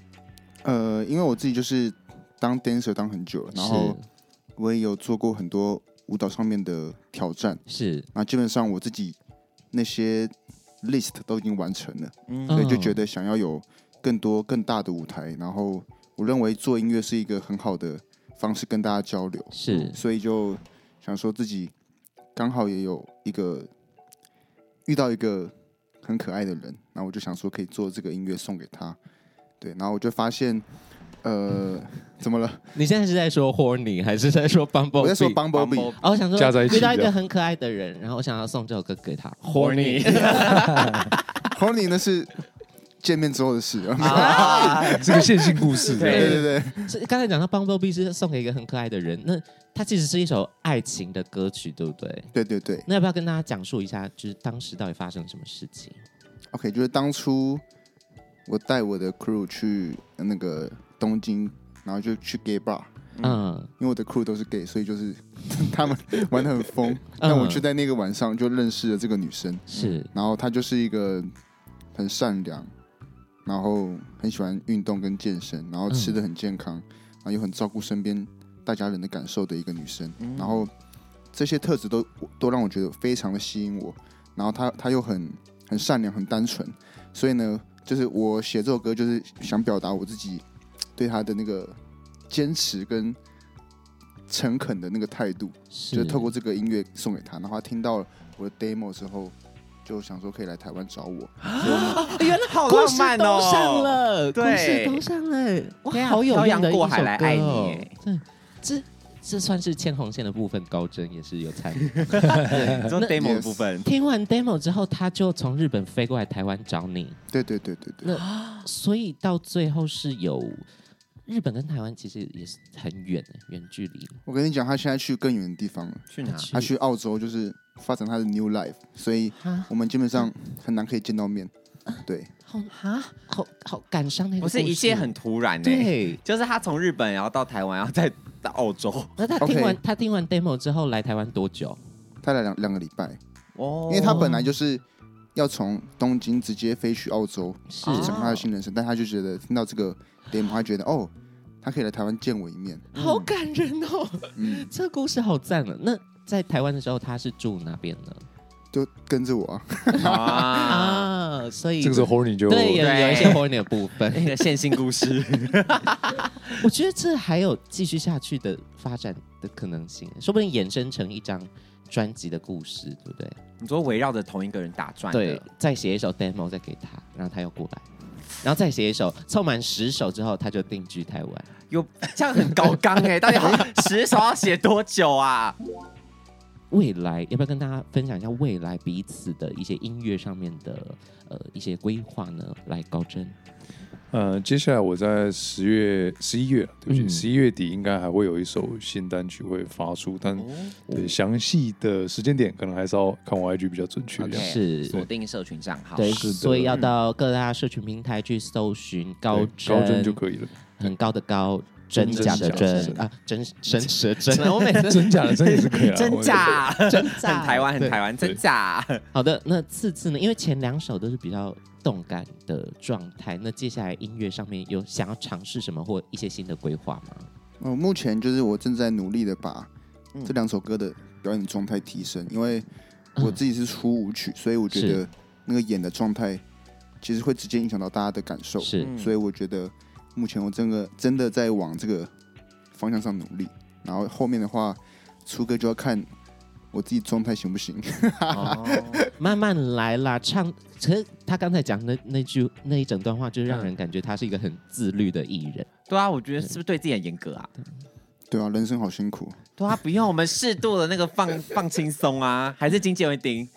[SPEAKER 5] 呃，因为我自己就是当 dancer 当很久了，然后我也有做过很多舞蹈上面的挑战，
[SPEAKER 1] 是是，
[SPEAKER 5] 那基本上我自己那些 list 都已经完成了，
[SPEAKER 1] 嗯
[SPEAKER 5] 所以就觉得想要有更多更大的舞台，然后我认为做音乐是一个很好的方式跟大家交流，
[SPEAKER 1] 是
[SPEAKER 5] 所以就想说自己刚好也有一个遇到一个很可爱的人，然后我就想说可以做这个音乐送给他，对，然后我就发现，呃，怎么了？
[SPEAKER 1] 你现在是在说 horny 还是在说 bumble？
[SPEAKER 5] 我在说 Bumblebee，
[SPEAKER 1] 哦，我想说
[SPEAKER 4] 加在一起
[SPEAKER 1] 遇到一
[SPEAKER 4] 的
[SPEAKER 1] 个很可爱的人，然后我想要送这首歌给他。
[SPEAKER 5] Horny 那是见面之后的事啊。
[SPEAKER 2] 啊，
[SPEAKER 4] 是个线性故事。
[SPEAKER 5] 对
[SPEAKER 2] 对
[SPEAKER 5] 对对，
[SPEAKER 1] 是刚才讲到 Bumblebee 是送给一个很可爱的人，那它其实是一首爱情的歌曲，对不对？
[SPEAKER 5] 对对对。
[SPEAKER 1] 那要不要跟大家讲述一下，就是当时到底发生了什么事情？
[SPEAKER 5] OK，就是当初我带我的 crew 去那个东京然后就去 gay bar，
[SPEAKER 1] 嗯，
[SPEAKER 5] 因为我的 crew 都是 gay，所以就是 他们玩的很疯。但我就在那个晚上就认识了这个女生，
[SPEAKER 1] 是
[SPEAKER 5] 然后她就是一个很善良，然后很喜欢运动跟健身，然后吃的很健康，然后又很照顾身边大家人的感受的一个女生。然后这些特质都都让我觉得非常的吸引我。然后她她又很很善良，很单纯，所以呢，就是我写这首歌就是想表达我自己对她的那个坚持跟诚恳的那个态度。
[SPEAKER 1] 是，
[SPEAKER 5] 就是透过这个音乐送给他，然后他听到我的 demo 之后，就想说可以来台湾找我，
[SPEAKER 2] 原来好
[SPEAKER 1] 故
[SPEAKER 2] 浪
[SPEAKER 1] 事
[SPEAKER 2] 漫
[SPEAKER 1] 都
[SPEAKER 2] 哦！
[SPEAKER 1] 上了，故事
[SPEAKER 2] 对
[SPEAKER 1] 都上了，哇，
[SPEAKER 2] 对啊
[SPEAKER 1] 好有
[SPEAKER 2] 漂
[SPEAKER 1] 样
[SPEAKER 2] 洋
[SPEAKER 1] 的一
[SPEAKER 2] 过
[SPEAKER 1] 首
[SPEAKER 2] 海来
[SPEAKER 1] 歌
[SPEAKER 2] 爱你
[SPEAKER 1] 哦
[SPEAKER 2] 耶
[SPEAKER 1] 对这这算是牵红线的部分，高真也是有参 与。
[SPEAKER 2] 你说
[SPEAKER 1] 那
[SPEAKER 2] demo
[SPEAKER 5] Yes
[SPEAKER 2] 的部分，
[SPEAKER 1] 听完 demo 之后，他就从日本飞过来台湾找你，
[SPEAKER 5] 对对对对对，
[SPEAKER 1] 那所以到最后是有日本跟台湾其实也是很远的远距离，
[SPEAKER 5] 我跟你讲，他现在去更远的地方了，
[SPEAKER 2] 去哪？
[SPEAKER 5] 他去澳洲就是发展他的 new life，所以
[SPEAKER 1] 哈
[SPEAKER 5] 我们基本上很难可以见到面，对，
[SPEAKER 1] 啊好哈，好好感伤的一个
[SPEAKER 2] 不
[SPEAKER 1] 故事，
[SPEAKER 2] 是一切很突然呢、
[SPEAKER 1] 对。
[SPEAKER 2] 就是他从日本，然后到台湾，然后再到澳洲。
[SPEAKER 1] 那他听
[SPEAKER 5] OK
[SPEAKER 1] 完他听完 demo 之后来台湾多久？
[SPEAKER 5] 他来两两个礼拜，
[SPEAKER 2] 哦
[SPEAKER 5] 因为他本来就是要从东京直接飞去澳洲，
[SPEAKER 1] 是
[SPEAKER 5] 去展开他的新人生，但他就觉得听到这个 demo，他觉得哦，他可以来台湾见我一面，
[SPEAKER 2] 嗯
[SPEAKER 1] 好感人哦，
[SPEAKER 5] 嗯，
[SPEAKER 1] 这故事好赞啊！那在台湾的时候他是住哪边呢？
[SPEAKER 5] 就跟着我啊，
[SPEAKER 2] 啊，
[SPEAKER 1] 啊，所以
[SPEAKER 4] 这个时候 horny 就
[SPEAKER 1] 对有
[SPEAKER 2] 对
[SPEAKER 1] 有一些 horny 的部
[SPEAKER 2] 那
[SPEAKER 1] 分，
[SPEAKER 2] 个线性故事，
[SPEAKER 1] 我觉得这还有继续下去的发展的可能性，说不定衍生成一张专辑的故事，对不对？
[SPEAKER 2] 你说围绕着同一个人打转的，
[SPEAKER 1] 对，再写一首 demo 再给他，然后他又过来，然后再写一首，凑满十首之后他就定居台湾。
[SPEAKER 2] 有这样很高纲哎、到底好十首要写多久啊？
[SPEAKER 1] 未来要不要跟大家分享一下未来彼此的一些音乐上面的呃一些规划呢？来，高真，
[SPEAKER 4] 呃，接下来我在十月、十一月，对不
[SPEAKER 1] 嗯
[SPEAKER 4] 起，十一、月底应该还会有一首新单曲会发出，但、
[SPEAKER 1] 哦
[SPEAKER 4] 对详细的时间点可能还是要看我 IG 比较准确。这样
[SPEAKER 2] OK
[SPEAKER 1] 是
[SPEAKER 2] 哎锁定社群账号，
[SPEAKER 1] 对，
[SPEAKER 4] 是的
[SPEAKER 1] 所以要到各大社群平台去搜寻高
[SPEAKER 4] 对高
[SPEAKER 1] 真
[SPEAKER 4] 真就可以了，
[SPEAKER 1] 很高的高，真假的
[SPEAKER 4] 真
[SPEAKER 1] 真
[SPEAKER 4] 真
[SPEAKER 1] 啊，真神蛇真， 我每次
[SPEAKER 4] 真假的真也是可以啊，
[SPEAKER 2] 真
[SPEAKER 4] 我
[SPEAKER 2] 假，
[SPEAKER 1] 真
[SPEAKER 2] 很
[SPEAKER 1] 假
[SPEAKER 2] 台湾，很
[SPEAKER 1] 对
[SPEAKER 2] 台湾，
[SPEAKER 4] 对
[SPEAKER 2] 真假。
[SPEAKER 1] 好的，那次次呢？因为前两首都是比较动感的状态，那接下来音乐上面有想要尝试什么或一些新的规划吗？
[SPEAKER 5] 我哦目前就是我正在努力的把
[SPEAKER 1] 嗯
[SPEAKER 5] 这两首歌的表演状态提升，因为我自己是出舞曲，所以我觉
[SPEAKER 1] 嗯是
[SPEAKER 5] 得那个演的状态其实会直接影响到大家的感受，
[SPEAKER 1] 是
[SPEAKER 2] 嗯
[SPEAKER 5] 所以我觉得目前我真的真的在往这个方向上努力，然后后面的话出歌就要看我自己状态行不行，
[SPEAKER 2] 哦
[SPEAKER 1] 慢慢来啦，唱。可是他刚才讲那那句那一整段话，就让人感觉他是一个很自律的艺 人。
[SPEAKER 2] 对啊，我觉得是不是对自己很严格啊？
[SPEAKER 5] 对啊，人生好辛苦，
[SPEAKER 2] 对啊，不用，我们适度的那个放 放轻松啊，还是经纪人会盯。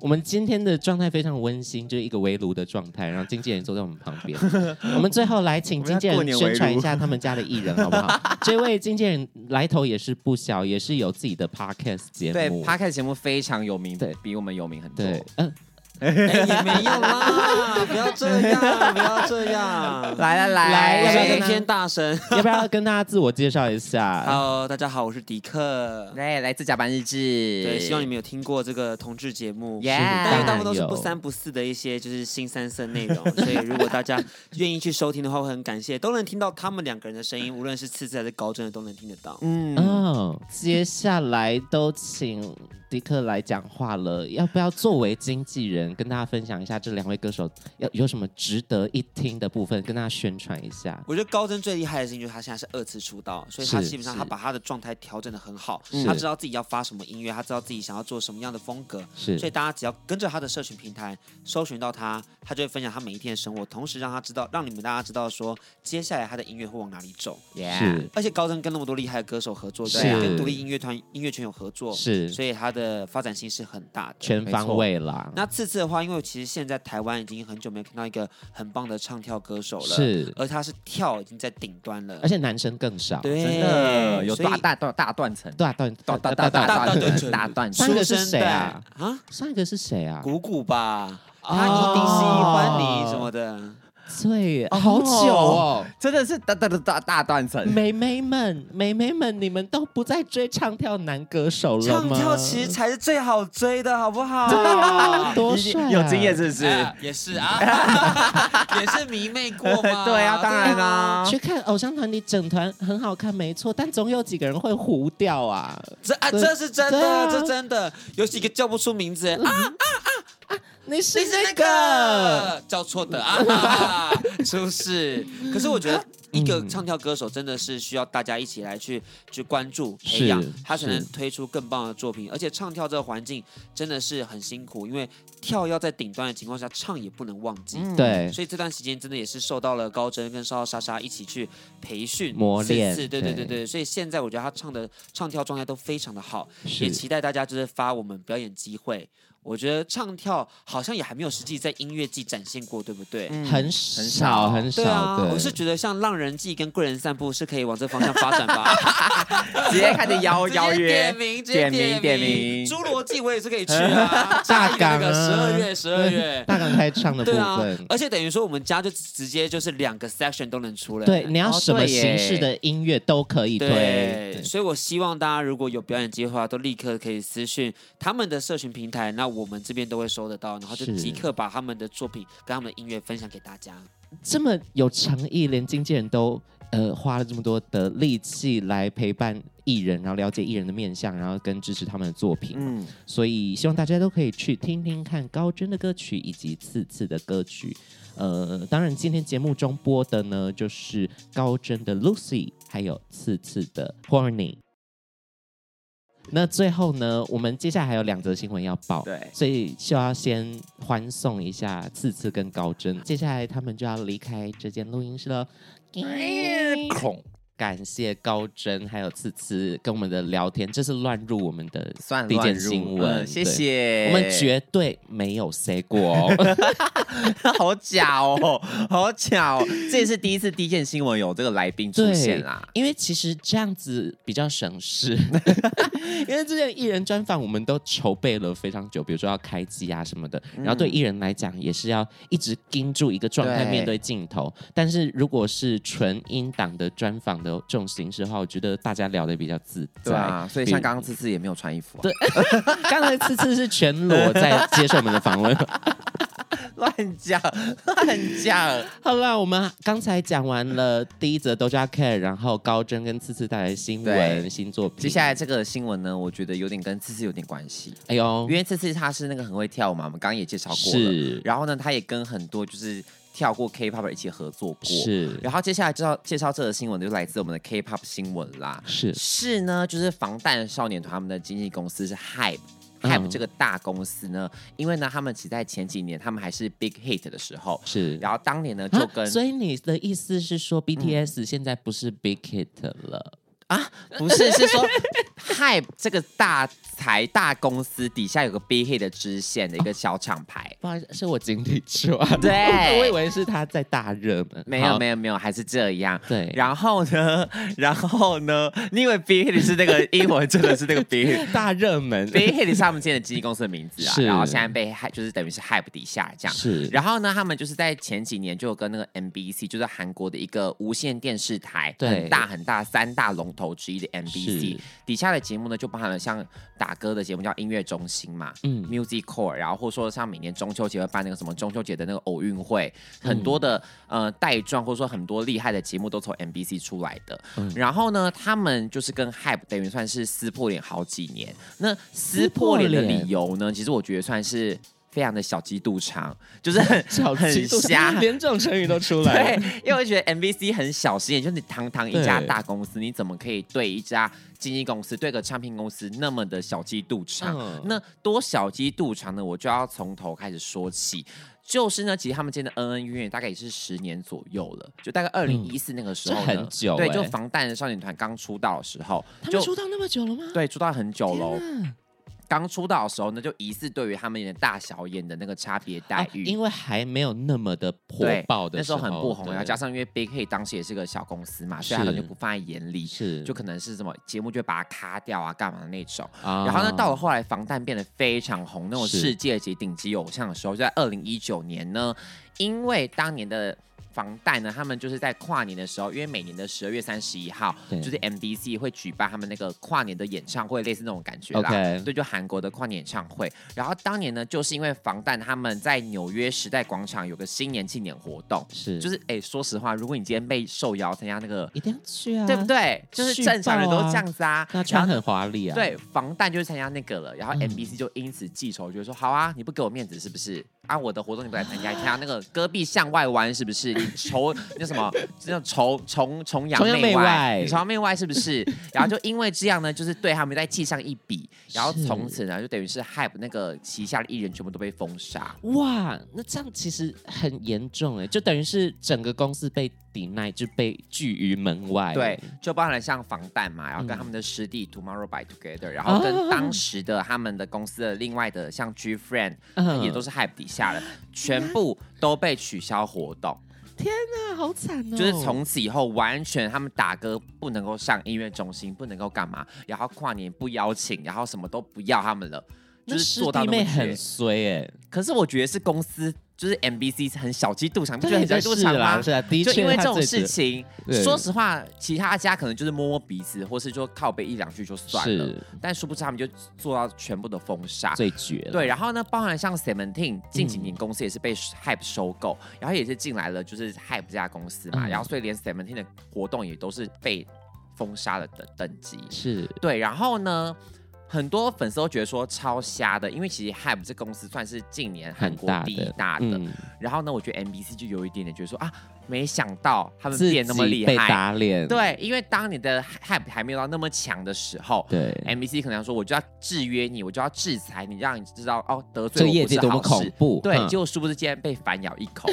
[SPEAKER 1] 我们今天的状态非常温馨，就是一个围炉的状态，然后经纪人坐在我们旁 边。我们最后来请经纪
[SPEAKER 2] 我
[SPEAKER 1] 人
[SPEAKER 2] 们要过年
[SPEAKER 1] 宣传一下他们家的艺人，好不好？这位经纪人来头也是不小，也是有自己的 podcast 节
[SPEAKER 2] 对
[SPEAKER 1] 目。
[SPEAKER 2] ，Podcast 节目非常有名，
[SPEAKER 1] 对
[SPEAKER 2] 比我们有名很多。
[SPEAKER 1] 对，嗯、
[SPEAKER 6] 哎也没有啦，不要这样，不要这样。
[SPEAKER 2] 来来来，
[SPEAKER 1] 来要不要跟
[SPEAKER 6] 谁
[SPEAKER 2] 谁
[SPEAKER 1] 他
[SPEAKER 6] 先大声。
[SPEAKER 1] 要不要跟大家自我介绍一下？
[SPEAKER 6] Hello，大家好，我是迪克。
[SPEAKER 2] 来来自甲班日志，
[SPEAKER 6] 对，希望你们有听过这个同志节目。
[SPEAKER 2] 耶
[SPEAKER 6] 但因为大部分都是
[SPEAKER 1] 当然有
[SPEAKER 6] 不三不四的一些就是新三色 内容，所以如果大家愿意去收听的话，会很感谢，都能听到他们两个人的声音，无论是次次还是高真的都能听得到。
[SPEAKER 1] 嗯、接下来都请迪克来讲话了。要不要作为经纪人跟大家分享一下这两位歌手要有什么值得一听的部分，跟大家宣传一下？
[SPEAKER 6] 我觉得高真最厉害的事情就是他现在是二次出道，所以他
[SPEAKER 1] 是
[SPEAKER 6] 基本上
[SPEAKER 1] 是
[SPEAKER 6] 他把他的状态调整的很好
[SPEAKER 1] 是，
[SPEAKER 6] 他知道自己要发什么音乐，他知道自己想要做什么样的风格，
[SPEAKER 1] 是
[SPEAKER 6] 所以大家只要跟着他的社群平台搜寻到他，他就会分享他每一天的生活，同时让他知道，让你们大家知道说接下来他的音乐会往哪里走。
[SPEAKER 1] 是
[SPEAKER 2] Yeah，
[SPEAKER 6] 而且高真跟那么多厉害的歌手合作，
[SPEAKER 1] 是
[SPEAKER 6] 对啊，跟独立音乐团、音乐圈有合作，
[SPEAKER 1] 是
[SPEAKER 6] 所以他的发展性是很大的。
[SPEAKER 1] 全方位啦。
[SPEAKER 6] 那次次的话，因为其实现在台湾已经很久没有看到一个很棒的唱跳歌手了，，
[SPEAKER 1] 是，
[SPEAKER 6] 而他是跳已经在顶端了，
[SPEAKER 1] 而且男生更少。啊
[SPEAKER 6] 对，
[SPEAKER 2] 真的有
[SPEAKER 6] 所以
[SPEAKER 2] 大大大大断层，
[SPEAKER 1] 大段
[SPEAKER 2] 大
[SPEAKER 1] 大
[SPEAKER 2] 大
[SPEAKER 1] 段
[SPEAKER 2] 大
[SPEAKER 1] 大
[SPEAKER 2] 大
[SPEAKER 1] 段
[SPEAKER 2] 大
[SPEAKER 6] 大
[SPEAKER 2] 断
[SPEAKER 6] 断
[SPEAKER 2] 层，
[SPEAKER 6] 层
[SPEAKER 2] 大断层
[SPEAKER 1] 上。一个
[SPEAKER 6] 说
[SPEAKER 1] 是谁啊
[SPEAKER 6] 真的啊？
[SPEAKER 1] 上一个是谁啊？
[SPEAKER 6] 谷谷吧，
[SPEAKER 1] 哦
[SPEAKER 6] 他一定喜欢你什么的。
[SPEAKER 1] 醉，好久哦。
[SPEAKER 2] 真的是大大大大大断层。
[SPEAKER 1] 妹妹们，妹妹们，你们都不再追唱跳男歌手了
[SPEAKER 6] 唱
[SPEAKER 1] 吗？
[SPEAKER 6] 跳其实才是最好追的，好不好？
[SPEAKER 1] 对啊，多
[SPEAKER 2] 已经
[SPEAKER 1] 帅、啊，
[SPEAKER 2] 有经验是不是？
[SPEAKER 6] 哎也是啊， 也是迷妹过 嘛。
[SPEAKER 2] 对啊，当然啦、
[SPEAKER 6] 啊。
[SPEAKER 1] 去看偶像团体整团很好看，没错，但总有几个人会糊掉啊。
[SPEAKER 6] 这啊，
[SPEAKER 1] 对
[SPEAKER 6] 这是真
[SPEAKER 1] 对
[SPEAKER 6] 的，
[SPEAKER 1] 啊嗯
[SPEAKER 6] 这真的，有几个叫不出名字，啊，
[SPEAKER 1] 你是
[SPEAKER 6] 这是
[SPEAKER 1] 那
[SPEAKER 6] 那
[SPEAKER 1] 个，
[SPEAKER 6] 个叫错的 啊，出事。可是我觉
[SPEAKER 1] 嗯
[SPEAKER 6] 得。一个唱跳歌手真的是需要大家一起来去去关注
[SPEAKER 1] 是
[SPEAKER 6] 培养，他才能
[SPEAKER 1] 是
[SPEAKER 6] 推出更棒的作品。而且唱跳这个环境真的是很辛苦，因为跳要在顶端的情况下，唱也不能忘记。
[SPEAKER 1] 对，
[SPEAKER 6] 所以这段时间真的也是受到了高真跟邵莎莎一起去培训
[SPEAKER 1] 磨练
[SPEAKER 6] 四次对对对
[SPEAKER 1] 对
[SPEAKER 6] 对。所以现在我觉得他唱的唱跳状态都非常的好，也
[SPEAKER 1] 是
[SPEAKER 6] 期待大家就是发我们表演机会。我觉得唱跳好像也还没有实际在音乐季展现过，对不对？
[SPEAKER 1] 很少很少
[SPEAKER 6] 对啊，
[SPEAKER 1] 嗯对
[SPEAKER 6] 我是觉得像《浪人记》跟《贵人散步》是可以往这方向发展 吧。
[SPEAKER 2] 直接开始邀
[SPEAKER 6] 直接
[SPEAKER 2] 邀约
[SPEAKER 6] 点，名，直接
[SPEAKER 2] 点名点名，
[SPEAKER 6] 侏罗纪》我也是可以去啊，
[SPEAKER 1] 大港啊
[SPEAKER 6] 十二月十二月。
[SPEAKER 1] 大港开唱的部
[SPEAKER 6] 对啊
[SPEAKER 1] 分，。
[SPEAKER 6] 而且等于说我们家就直接就是两个 section 都能出来。
[SPEAKER 1] 对，你要
[SPEAKER 2] 哦
[SPEAKER 1] 什么
[SPEAKER 2] 对耶
[SPEAKER 1] 形式的音乐都可以推。
[SPEAKER 6] 对
[SPEAKER 1] 对，
[SPEAKER 6] 所以我希望大家如果有表演计划，都立刻可以私讯他们的社群平台，那我们这边都会收得到，然后就是即刻把他们的作品跟他们的音乐分享给大家。
[SPEAKER 1] 这么有诚意，连经纪人都呃花了这么多的力气来陪伴艺人，然后了解艺人的面相，然后跟支持他们的作品。
[SPEAKER 2] 嗯，
[SPEAKER 1] 所以希望大家都可以去听听看高真的歌曲以及次次的歌曲。呃，当然今天节目中播的呢，就是高真的 Lucy，还有次次的 Horny。那最后呢，我们接下来还有两则新闻要报，
[SPEAKER 2] 对
[SPEAKER 1] 所以就要先欢送一下次次跟高真，接下来他们就要离开这间录音室了。
[SPEAKER 4] 恐
[SPEAKER 1] 感谢高真还有次次跟我们的聊天，这是乱入我们的
[SPEAKER 2] 算
[SPEAKER 1] 第一件
[SPEAKER 2] 乱入
[SPEAKER 1] 新
[SPEAKER 2] 嗯
[SPEAKER 1] 闻，
[SPEAKER 2] 谢
[SPEAKER 1] 对
[SPEAKER 2] 谢。
[SPEAKER 1] 我们绝对没有 say 过、哦，
[SPEAKER 2] 好假哦，好假哦，这也是第一次第一件新闻有这个来宾出现啦。
[SPEAKER 1] 因为其实这样子比较省事， 因为之前艺人专访我们都筹备了非常久，比如说要开机啊什么的，
[SPEAKER 2] 嗯
[SPEAKER 1] 然后对艺人来讲也是要一直盯住一个状态
[SPEAKER 2] 对
[SPEAKER 1] 面对镜头。但是如果是纯音档的专访的这种形式的话，我觉得大家聊得比较自在。
[SPEAKER 2] 对啊，所以像
[SPEAKER 1] 比
[SPEAKER 2] 刚刚次次也没有穿衣服、啊，
[SPEAKER 1] 对刚才次次是全裸在接受我们的访问。
[SPEAKER 2] 乱讲乱讲，
[SPEAKER 1] 好了，我们刚才讲完了第一则 Doja Cat，然后高真跟次次带来的新
[SPEAKER 2] 对
[SPEAKER 1] 闻、新作品。
[SPEAKER 2] 接下来这个新闻呢，我觉得有点跟次次有点关系，
[SPEAKER 1] 哎呦
[SPEAKER 2] 因，为次次他是那个很会跳舞嘛，我们刚刚也介绍过了。
[SPEAKER 1] 是
[SPEAKER 2] 然后呢，他也跟很多就是跳过 K-pop 的一起合作过。。
[SPEAKER 1] 是
[SPEAKER 2] 然后接下来介绍介绍这个新闻就来自我们的 K-pop 新闻啦。
[SPEAKER 1] 是
[SPEAKER 2] 是呢，就是防弹少年团他们的经纪公司是 Hype。
[SPEAKER 1] 嗯
[SPEAKER 2] Hype 这个大公司呢，因为呢，他们其实在前几年他们还是 Big Hit 的时候，
[SPEAKER 1] 是，
[SPEAKER 2] 然后嗯当年呢
[SPEAKER 1] 啊
[SPEAKER 2] 就跟、
[SPEAKER 1] 所以你的意思是说 BTS 现在不是 Big Hit 了？
[SPEAKER 2] 不是是说 Hype 这个大财大公司底下有个 Big Hit 的支线的一个小厂牌，
[SPEAKER 1] 不好意思，是我井底之蛙。
[SPEAKER 2] 对
[SPEAKER 1] 我以为是他在大热呢。
[SPEAKER 2] 没有没
[SPEAKER 1] 有，
[SPEAKER 2] 有没有，还是这样。
[SPEAKER 1] 对
[SPEAKER 2] 然后呢， 然后呢，你以为 Big Hit 是 那个英文真的是那个 Big Hit？
[SPEAKER 1] 大热门
[SPEAKER 2] Big Hit 是他们之前的经纪公司的名字啊，
[SPEAKER 1] 是
[SPEAKER 2] 然后现在被 Hype 就是等于是 Hype 底下这样。
[SPEAKER 1] 是
[SPEAKER 2] 然后呢，他们就是在前几年就有跟那个 MBC，就是韩国的一个无线电视台，
[SPEAKER 1] 对
[SPEAKER 2] 很大很大三大龙头之一的 MBC
[SPEAKER 1] 是
[SPEAKER 2] 底下的节目呢，就包含了像打歌的节目叫音乐中心嘛，
[SPEAKER 1] 嗯
[SPEAKER 2] Music Core，然后或者说像每年中秋节会办那个什么中秋节的那个偶运会，
[SPEAKER 1] 嗯
[SPEAKER 2] 很多的、呃带状或者说很多厉害的节目都从 MBC 出来的。
[SPEAKER 1] 嗯
[SPEAKER 2] 然后呢，他们就是跟 Hype 等于算是撕破脸好几年。那撕破脸的
[SPEAKER 1] 撕破
[SPEAKER 2] 理
[SPEAKER 1] 脸
[SPEAKER 2] 由呢，其实我觉得算是非常的小鸡肚 肠，就是很很瞎。
[SPEAKER 1] 连这种成语都出来
[SPEAKER 2] 对
[SPEAKER 1] 了。，
[SPEAKER 2] 因为我觉得 MVC 很小心眼，就是你堂堂一家
[SPEAKER 1] 对
[SPEAKER 2] 大公司，你怎么可以对一家经纪公司、对个唱片公司那么的小鸡肚肠？
[SPEAKER 1] 嗯
[SPEAKER 2] 那多小鸡肚肠呢？我就要从头开始说起。就是呢，其实他们间的恩恩怨怨大概也是十年左右了，就大概二零一四那个时候呢、
[SPEAKER 1] 嗯这很久
[SPEAKER 2] 对，
[SPEAKER 1] 欸
[SPEAKER 2] 就防弹少年团刚出道的时候，
[SPEAKER 1] 他
[SPEAKER 2] 就
[SPEAKER 1] 们出道那么久了吗？
[SPEAKER 2] 对出道很久喽。
[SPEAKER 1] 天哪
[SPEAKER 2] 刚出道的时候呢，就疑似对于他们的大小眼的那个差别待
[SPEAKER 1] 啊
[SPEAKER 2] 遇，
[SPEAKER 1] 因为还没有那么的火
[SPEAKER 2] 对，
[SPEAKER 1] 爆的
[SPEAKER 2] 那时候很不红，
[SPEAKER 1] 对
[SPEAKER 2] 然后加上因为 Big Hit 当时也是个小公司嘛，所以他可能
[SPEAKER 1] 是
[SPEAKER 2] 就不放在眼里，
[SPEAKER 1] 是
[SPEAKER 2] 就可能是什么节目就会把它卡掉啊，干嘛的那种。
[SPEAKER 1] 啊
[SPEAKER 2] 然后呢，到了后来，防弹变得非常红，那种
[SPEAKER 1] 是
[SPEAKER 2] 世界级顶级偶像的时候，就在二零一九年呢，因为当年的。防弹呢，他们就是在跨年的时候，因为每年的十二月三十一号，
[SPEAKER 1] 对
[SPEAKER 2] 就是 MDC 会举办他们那个跨年的演唱会，类似那种感觉啦。
[SPEAKER 1] OK
[SPEAKER 2] 对，就韩国的跨年演唱会。然后当年呢，就是因为防弹他们在纽约时代广场有个新年庆典活动，
[SPEAKER 1] 是
[SPEAKER 2] 就是哎、说实话，如果你今天被受邀参加那个，
[SPEAKER 1] 一定要去啊，
[SPEAKER 2] 对不？对？就是正常人都这样子啊，
[SPEAKER 1] 那
[SPEAKER 2] 然
[SPEAKER 1] 穿
[SPEAKER 2] 后
[SPEAKER 1] 很华丽啊，
[SPEAKER 2] 对，防弹就是参加那个了，然后
[SPEAKER 1] 嗯
[SPEAKER 2] MBC 就因此记仇，就说好啊，你不给我面子是不是？啊，我的活动你不来参加，你参加那个戈壁向外湾是不是？ 你仇那什么，那种崇崇崇洋
[SPEAKER 1] 崇洋
[SPEAKER 2] 媚
[SPEAKER 1] 媚外
[SPEAKER 2] 你崇洋媚外是不 是？然后就因为这样呢，就是对他们在记上一笔，然后
[SPEAKER 1] 是
[SPEAKER 2] 从此呢，就等于是 Hype 那个旗下的艺人全部都被封杀。
[SPEAKER 1] 哇，那这样其实很严重
[SPEAKER 2] 欸
[SPEAKER 1] 哎，就等于是整个公司被抵赖，就被拒于门外。
[SPEAKER 2] 对，就包含了像防弹嘛，然后跟
[SPEAKER 1] 哎嗯
[SPEAKER 2] 他们的师弟 Tomorrow by Together，然 后跟当时的他们的公司的另外的像 G Friend，
[SPEAKER 1] 嗯
[SPEAKER 2] 也都是 Hype 底 下的，全部都被取消活动，
[SPEAKER 1] 啊，好惨哦
[SPEAKER 2] 就是从此以后完全他们打歌不能够上音乐中心，不能够干嘛，然后跨年不邀请，然后什么都不要他们了，就
[SPEAKER 1] 那
[SPEAKER 2] 是
[SPEAKER 1] 师
[SPEAKER 2] 做到
[SPEAKER 1] 弟
[SPEAKER 2] 那么
[SPEAKER 1] 妹
[SPEAKER 2] 绝
[SPEAKER 1] 很。衰哎，
[SPEAKER 2] 可是我觉得是公司，就是 MBC 很小鸡肚肠，不觉得
[SPEAKER 1] 对，
[SPEAKER 2] 很小
[SPEAKER 1] 这
[SPEAKER 2] 鸡肚
[SPEAKER 1] 是
[SPEAKER 2] 肠吗
[SPEAKER 1] 啦，？是啊，的
[SPEAKER 2] 就
[SPEAKER 1] 确
[SPEAKER 2] 因为
[SPEAKER 1] 他
[SPEAKER 2] 这种
[SPEAKER 1] 自己
[SPEAKER 2] 事情
[SPEAKER 1] 对，
[SPEAKER 2] 说实话，其他家可能就是摸摸鼻子，或是说靠背一两句就算了啊
[SPEAKER 1] 是，
[SPEAKER 2] 但殊不知他们就做到全部的封杀。
[SPEAKER 1] 最绝了。
[SPEAKER 2] 对，然后呢，包含像
[SPEAKER 1] 嗯
[SPEAKER 2] Seventeen 近几年公司也是被 Hype 收购，然后也是进来了就是 Hype 这家公司嘛，
[SPEAKER 1] 嗯
[SPEAKER 2] 然后所以连 Seventeen 的活动也都是被封杀了的等级。
[SPEAKER 1] 是
[SPEAKER 2] 对，然后呢，很多粉丝都觉得说超瞎的，因为其实 Hype 这公司算是近年韩
[SPEAKER 1] 很
[SPEAKER 2] 国
[SPEAKER 1] 大
[SPEAKER 2] 第一
[SPEAKER 1] 的
[SPEAKER 2] 大的，
[SPEAKER 1] 嗯
[SPEAKER 2] 然后呢，我觉得 MBC 就有一点点觉得说啊，没想到他们
[SPEAKER 1] 自
[SPEAKER 2] 变那么
[SPEAKER 1] 己
[SPEAKER 2] 厉
[SPEAKER 1] 被
[SPEAKER 2] 害。
[SPEAKER 1] 打脸，
[SPEAKER 2] 对，因为当你的 hype 还没有到那么强的时候
[SPEAKER 1] 对，
[SPEAKER 2] ，MBC 可能说我就要制约你，我就要制裁你，让你知道哦，得
[SPEAKER 1] 这
[SPEAKER 2] 罪
[SPEAKER 1] 个
[SPEAKER 2] 我
[SPEAKER 1] 业
[SPEAKER 2] 不
[SPEAKER 1] 界
[SPEAKER 2] 是
[SPEAKER 1] 多么
[SPEAKER 2] 好
[SPEAKER 1] 恐
[SPEAKER 2] 事。
[SPEAKER 1] 怖，
[SPEAKER 2] 对，
[SPEAKER 1] 嗯
[SPEAKER 2] 结果殊不知今天被反咬一 口，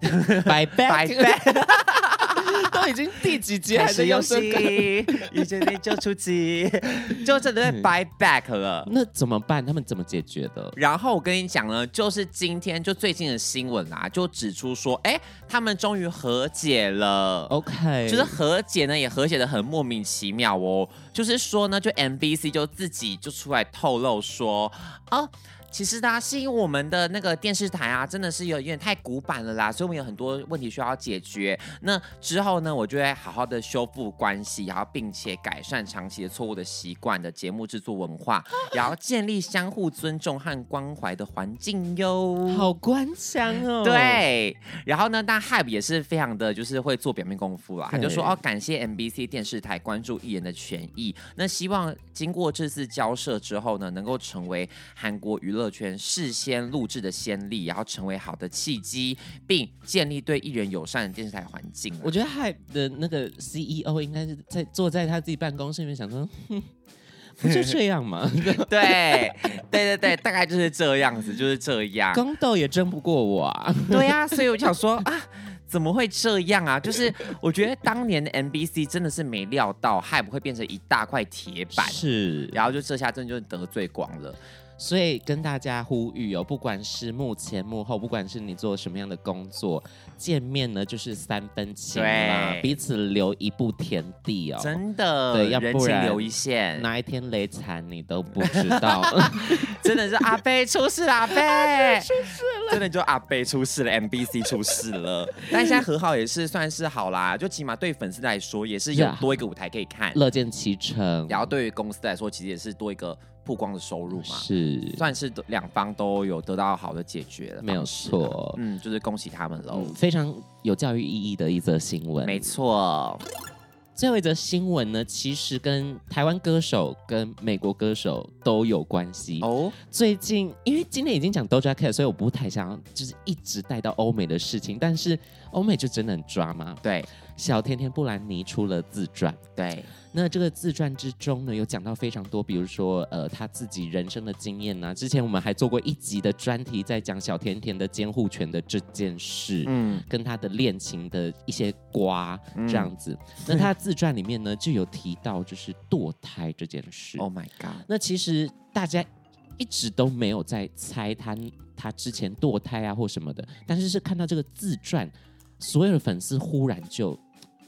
[SPEAKER 1] 拜
[SPEAKER 2] 拜
[SPEAKER 1] 拜，
[SPEAKER 2] 拜，
[SPEAKER 1] 都已经第几集
[SPEAKER 2] 开
[SPEAKER 1] 还在
[SPEAKER 2] 始游
[SPEAKER 1] 用这个？
[SPEAKER 2] 戏，一决定就出击， 就真的被
[SPEAKER 1] 嗯
[SPEAKER 2] buy back 了。
[SPEAKER 1] 那怎么办？他们怎么解决的？
[SPEAKER 2] 然后我跟你讲呢，就是今天就最近的新闻啦、就指出说，哎，他们终于和解了。
[SPEAKER 1] OK，
[SPEAKER 2] 就是和解呢，也和解的很莫名其妙哦。就是说呢，就 MBC 就自己就出来透露说，哦，其实呢、是因为我们的那个电视台啊，真的是有有点太古板了啦，所以我们有很多问题需要解决。那之后呢，我就会好好的修复关系，然后并且改善长期的错误的习惯的节目制作文化，然后建立相互尊重和关怀的环境哟。
[SPEAKER 1] 好官腔哦，，
[SPEAKER 2] 对，然后呢，但 Hype 也是非常的就是会做表面功夫啦，他就说
[SPEAKER 1] 对
[SPEAKER 2] 哦，感谢 MBC 电视台关注艺人的权益，那希望经过这次交涉之后呢，能够成为韩国娱乐圈事先录制的先例，然后成为好的契机，并建立对艺人友善的电视台环境啦。啊
[SPEAKER 1] 我觉得 Hype 的那个 CEO 应该是在坐在他自己办公室里面想说，哼不就这样 吗？
[SPEAKER 2] 对，对对对，大概就是这样子，就是这样。
[SPEAKER 1] 宫斗也争不过我啊！
[SPEAKER 2] 对呀、所以我就想说啊，怎么会这样啊？就是我觉得当年的 MBC 真的是没料到 Hype 会变成一大块铁板。
[SPEAKER 1] 是，
[SPEAKER 2] 然后就这下真的就得罪光了，
[SPEAKER 1] 所以跟大家呼吁哦，不管是幕前幕后，不管是你做什么样的工作，见面呢就是三分情啦
[SPEAKER 2] 对，
[SPEAKER 1] 彼此留一步田地哦。
[SPEAKER 2] 真的，
[SPEAKER 1] 对要
[SPEAKER 2] 人
[SPEAKER 1] 不
[SPEAKER 2] 情
[SPEAKER 1] 然
[SPEAKER 2] 留一线，
[SPEAKER 1] 哪一天雷惨你都不知 道，
[SPEAKER 2] 真的是阿贝出事了，阿贝出事了，真的就阿贝出事了，MBC 出事了。但现在和好也是算是好啦，就起码对粉丝来说也是
[SPEAKER 1] 是
[SPEAKER 2] 有
[SPEAKER 1] 啊
[SPEAKER 2] 多一个舞台可以看，
[SPEAKER 1] 乐见其成。
[SPEAKER 2] 然后对于公司来说其实也是多一个曝光的收入嘛。
[SPEAKER 1] 是
[SPEAKER 2] 算是两方都有得到好的解决了，
[SPEAKER 1] 没有错
[SPEAKER 2] 嗯，就是恭喜他们喽
[SPEAKER 1] 嗯，。非常有教育意义的一则新闻。
[SPEAKER 2] 没错，
[SPEAKER 1] 最后一则新闻呢，其实跟台湾歌手跟美国歌手都有关系。
[SPEAKER 2] 哦，
[SPEAKER 1] 最近因为今天已经讲 Doja Cat，所以我不太想要就是一直带到欧美的事情，但是欧美就真的很抓嘛。
[SPEAKER 2] 对
[SPEAKER 1] 小甜甜布兰妮出了自传，
[SPEAKER 2] 对，
[SPEAKER 1] 那这个自传之中呢，有讲到非常多，比如说呃她自己人生的经验呐、啊之前我们还做过一集的专题，在讲小甜甜的监护权的这件事。
[SPEAKER 2] 嗯，
[SPEAKER 1] 跟她的恋情的一些瓜
[SPEAKER 2] 嗯
[SPEAKER 1] 这样子，那她自传里面呢就有提到就是堕胎这件事。
[SPEAKER 2] ，Oh my God，
[SPEAKER 1] 那其实大家一直都没有在猜他他之前堕胎啊或什么的，但是是看到这个自传，所有的粉丝忽然就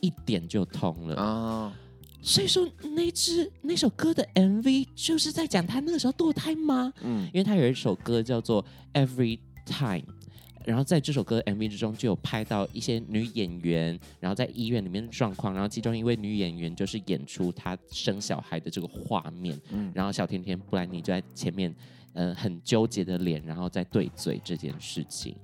[SPEAKER 1] 一点就通了。
[SPEAKER 2] 哦，
[SPEAKER 1] 所以说那支那首歌的 MV 就是在讲他那个时候堕胎吗？
[SPEAKER 2] 嗯
[SPEAKER 1] 因为他有一首歌叫做《Every Time》。然后在这首歌的 MV 之中就有拍到一些女演员，然后在医院里面的状况，然后其中一位女演员就是演出她生小孩的这个画面，
[SPEAKER 2] 嗯
[SPEAKER 1] 然后小甜甜布兰妮就在前面，呃，很纠结的脸，然后在对嘴这件事情。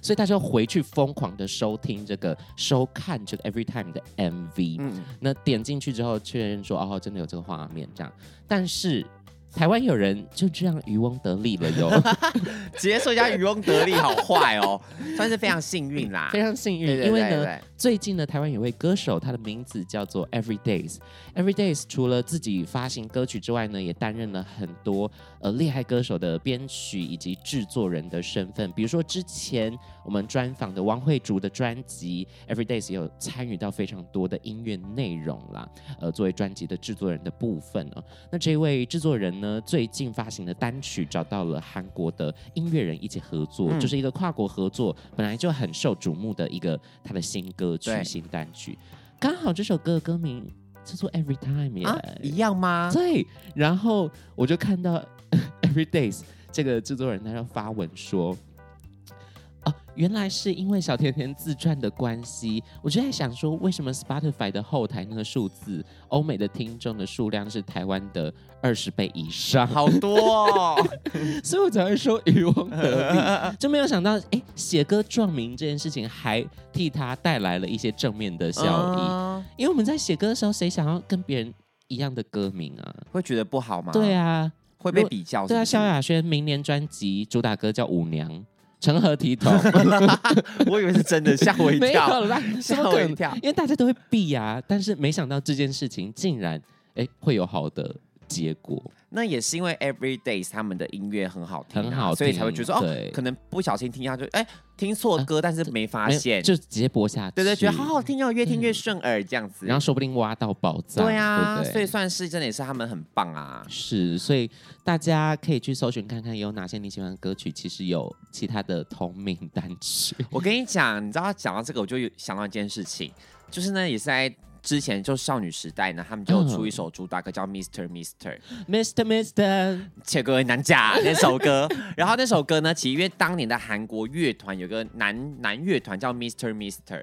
[SPEAKER 1] 所以大家回去疯狂的收听这个、收看这个 Every Time 的 MV，
[SPEAKER 2] 嗯，
[SPEAKER 1] 那点进去之后确认说哦，真的有这个画面这样，但是。台湾有人就这样渔翁得利了哟，
[SPEAKER 2] 直接说人家渔翁得利，好坏哦，算是非常幸运 啦。
[SPEAKER 1] 非常幸运。
[SPEAKER 2] 对对
[SPEAKER 1] 因为
[SPEAKER 2] 对
[SPEAKER 1] 呢，
[SPEAKER 2] 对
[SPEAKER 1] 最近呢，台湾有位歌手，他的名字叫做 Every Days。Every Days 除了自己发行歌曲之外呢，也担任了很多呃厉害歌手的编曲以及制作人的身份。比如说之前我们专访的王慧竹的专辑 Every Days 也有参与到非常多的音乐内容啦，呃，作为专辑的制作人的部分哦。那这位制作人呢，最近发行的单曲找到了韩国的音乐人一起合作，
[SPEAKER 2] 嗯
[SPEAKER 1] 就是一个跨国合作，本来就很受瞩目的一个他的新歌曲、
[SPEAKER 2] 对
[SPEAKER 1] 新单曲。刚好这首歌的歌名叫做《Every Time》耶，
[SPEAKER 2] 啊，一样吗？
[SPEAKER 1] 对。然后我就看到 Every Days 这个制作人他就发文说。哦，原来是因为小甜甜自传的关系，我就在想说，为什么 Spotify 的后台那个数字，欧美的听众的数量是台湾的二十倍以上？
[SPEAKER 2] 好多哦，
[SPEAKER 1] 所以我才会说渔翁 得利，就没有想到，哎、写歌撞名这件事情还替他带来了一些正面的效益。
[SPEAKER 2] 嗯
[SPEAKER 1] 因为我们在写歌的时候，谁想要跟别人一样的歌名啊？
[SPEAKER 2] 会觉得不好吗？
[SPEAKER 1] 对，啊，
[SPEAKER 2] 会被比较是不是。
[SPEAKER 1] 对啊， 萧亚轩明年专辑主打歌叫《舞娘》，成何体 统？
[SPEAKER 2] 我以为是真的，吓我 一
[SPEAKER 1] 没有
[SPEAKER 2] 跳。
[SPEAKER 1] 啦，怎
[SPEAKER 2] 吓
[SPEAKER 1] 么
[SPEAKER 2] 我
[SPEAKER 1] 可
[SPEAKER 2] 一
[SPEAKER 1] 能
[SPEAKER 2] 跳
[SPEAKER 1] 因为大家都会避啊，但是没想到这件事情竟然哎、会有好的结果，
[SPEAKER 2] 那也是因为 Every Days 他们的音乐很好听啊、
[SPEAKER 1] 很好听
[SPEAKER 2] 所以才会觉得说哦，
[SPEAKER 1] 对啊
[SPEAKER 2] 可能不小心听一下就哎听错歌，但是没发
[SPEAKER 1] 没有
[SPEAKER 2] 现，
[SPEAKER 1] 就嗯直接播下去，
[SPEAKER 2] 对对，觉得好好听哦，越听越顺耳这样子。
[SPEAKER 1] 然后说不定挖到宝藏，
[SPEAKER 2] 对啊，
[SPEAKER 1] 对不对
[SPEAKER 2] 所以算是真的也是他们很棒 啊。
[SPEAKER 1] 是，所以大家可以去搜寻看看有哪些你喜欢的歌曲，其实有其他的同名单曲。
[SPEAKER 2] 我跟你讲，你知道讲到这个，我就有想到一件事情，就是呢，也是在之前就少女时代呢，他们就有出一首主打歌叫《Mister
[SPEAKER 1] 嗯
[SPEAKER 2] Mister》，
[SPEAKER 1] Mr. Mr.
[SPEAKER 2] 切歌很难假那首歌。然后那首歌呢，其实因为当年的韩国乐团有个男男乐团叫 Mister Mister，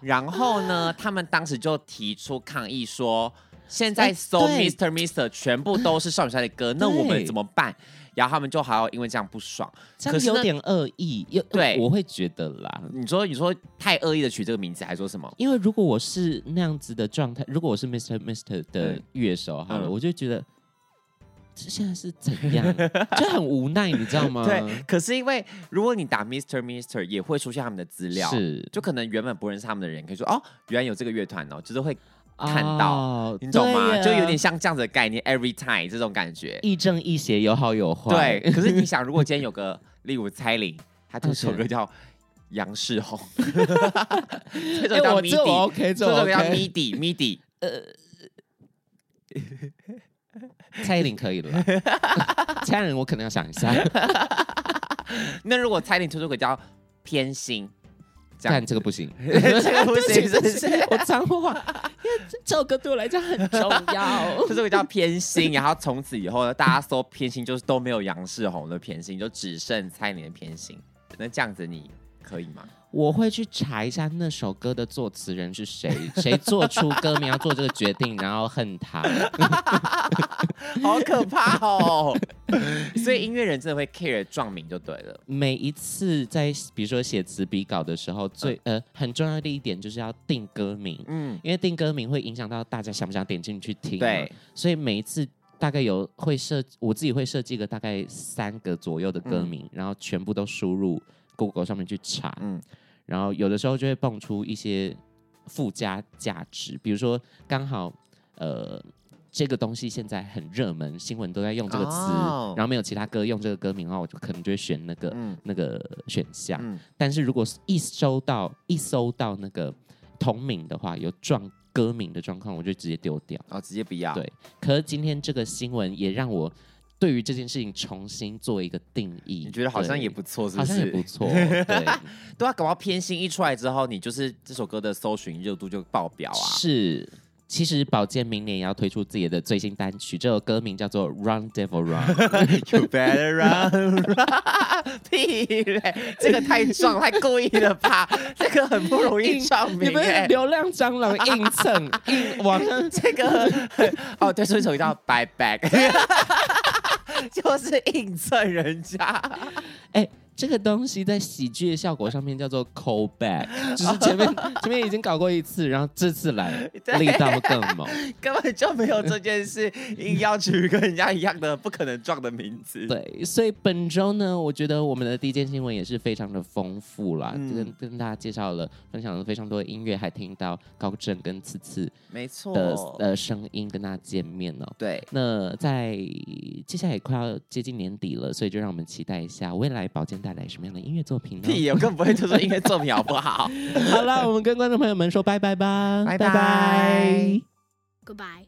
[SPEAKER 2] 然后呢，他们当时就提出抗议说，现在
[SPEAKER 1] 哎
[SPEAKER 2] 搜
[SPEAKER 1] 对
[SPEAKER 2] Mister Mister 全部都是少女时代的歌，那我们
[SPEAKER 1] 对
[SPEAKER 2] 怎么办？然后他们就还要因为这样不爽。
[SPEAKER 1] 这
[SPEAKER 2] 可
[SPEAKER 1] 样
[SPEAKER 2] 是呢
[SPEAKER 1] 有点恶意，有
[SPEAKER 2] 对
[SPEAKER 1] 我会觉得啦。
[SPEAKER 2] 你说，你说太恶意的取这个名字，还说什么？
[SPEAKER 1] 因为如果我是那样子的状态，如果我是 Mr. Mr. 的
[SPEAKER 2] 嗯
[SPEAKER 1] 乐手好了，
[SPEAKER 2] 嗯
[SPEAKER 1] 我就觉得这现在是怎 样，就很无奈，你知道吗？
[SPEAKER 2] 对，可是因为如果你打 Mister Mister 也会出现他们的资料，
[SPEAKER 1] 是
[SPEAKER 2] 就可能原本不认识他们的人可以说哦，原来有这个乐团哦，就是会看到，
[SPEAKER 1] 到
[SPEAKER 2] 你懂吗？就有点像这样子的概念，Every Time 这种感觉。
[SPEAKER 1] 亦正亦邪，有好有坏。
[SPEAKER 2] 对，可是你想，如果今天有个例如蔡琳，她这首歌叫杨世 宏，这首
[SPEAKER 1] 哎
[SPEAKER 2] 叫
[SPEAKER 1] 我这我
[SPEAKER 2] MIDI，
[SPEAKER 1] OK，
[SPEAKER 2] 这
[SPEAKER 1] 这我
[SPEAKER 2] 首歌叫
[SPEAKER 1] OK，
[SPEAKER 2] MIDI MIDI。
[SPEAKER 1] 蔡依林可以 了啦，蔡依林我可能要想一下。
[SPEAKER 2] 那如果蔡琳推出个叫偏心，这样
[SPEAKER 1] 但 这个不行，
[SPEAKER 2] 这个不行
[SPEAKER 1] 对起
[SPEAKER 2] 是不是
[SPEAKER 1] 对起 我脏话，因为这这首歌对我来讲很重要。
[SPEAKER 2] 就是个叫偏心，然后从此以后呢，大家搜偏心就是都没有杨世宏的偏心，就只剩蔡依林的偏心。那这样子你可以吗？
[SPEAKER 1] 我会去查一下那首歌的作词人是 谁，谁做出歌名要做这个决定，然后恨他。
[SPEAKER 2] 好可怕哦！ 所以音乐人真的会 care 撞名就对了。
[SPEAKER 1] 每一次在比如说写词比稿的时候，最呃很重要的一点就是要定歌名，
[SPEAKER 2] 嗯，
[SPEAKER 1] 因为定歌名会影响到大家想不想点进去听。啊
[SPEAKER 2] 对，，
[SPEAKER 1] 所以每一次大概有会设，我自己会设计个大概三个左右的歌名，然后全部都输入 Google 上面去查，
[SPEAKER 2] 嗯
[SPEAKER 1] 然后有的时候就会蹦出一些附加价值，比如说刚好呃。这个东西现在很热门，新闻都在用这个词
[SPEAKER 2] 哦
[SPEAKER 1] 然后没有其他歌用这个歌名的话，我就可能就会选那个、
[SPEAKER 2] 嗯
[SPEAKER 1] 那个选项。
[SPEAKER 2] 嗯，
[SPEAKER 1] 但是如果一搜到一搜到那个同名的话，有撞歌名的状况，我就直接丢掉。
[SPEAKER 2] 哦，直接不要。
[SPEAKER 1] 对可是今天这个新闻也让我对于这件事情重新做一个定义。
[SPEAKER 2] 你觉得好像
[SPEAKER 1] 对
[SPEAKER 2] 也不错，是
[SPEAKER 1] 好
[SPEAKER 2] 不
[SPEAKER 1] 像也
[SPEAKER 2] 是？
[SPEAKER 1] 不错， 对，
[SPEAKER 2] 对啊，搞到偏心一出来之后，你就是这首歌的搜寻热度就爆表啊。
[SPEAKER 1] 是。其实宝剑明年也要推出自己的最新单曲，这首歌名叫做《Run Devil Run》。
[SPEAKER 2] You better run，屁 嘞！这个太壮，太故意了 吧？这个很不容易撞
[SPEAKER 1] 你
[SPEAKER 2] 名
[SPEAKER 1] 们
[SPEAKER 2] 哎、
[SPEAKER 1] 流浪蟑螂硬蹭硬 往上
[SPEAKER 2] 这个 很哦，对，所以手一道 buy back，就是硬蹭人家。
[SPEAKER 1] 哎，这个东西在喜剧的效果上面叫做 call back，就是前 面前面已经搞过一次，然后这次来
[SPEAKER 2] 对
[SPEAKER 1] 力道更猛。
[SPEAKER 2] 根本就没有这件事，硬要取跟人家一样的不可能撞的名字。，
[SPEAKER 1] 对，所以本周呢，我觉得我们的第一件新闻也是非常的丰富啦，
[SPEAKER 2] 嗯
[SPEAKER 1] 跟跟大家介绍了分享了非常多的音乐，还听到高振跟次次
[SPEAKER 2] 没错
[SPEAKER 1] 的、呃声音跟大家见面哦。
[SPEAKER 2] 对，
[SPEAKER 1] 那在接下来也快要接近年底了，所以就让我们期待一下未来宝剑带来什么样的音乐作品呢？
[SPEAKER 2] 屁，我啊更不会就说音乐作品好不好？
[SPEAKER 1] 好了，我们跟观众朋友们说拜拜吧，
[SPEAKER 2] 拜拜
[SPEAKER 7] ，Goodbye。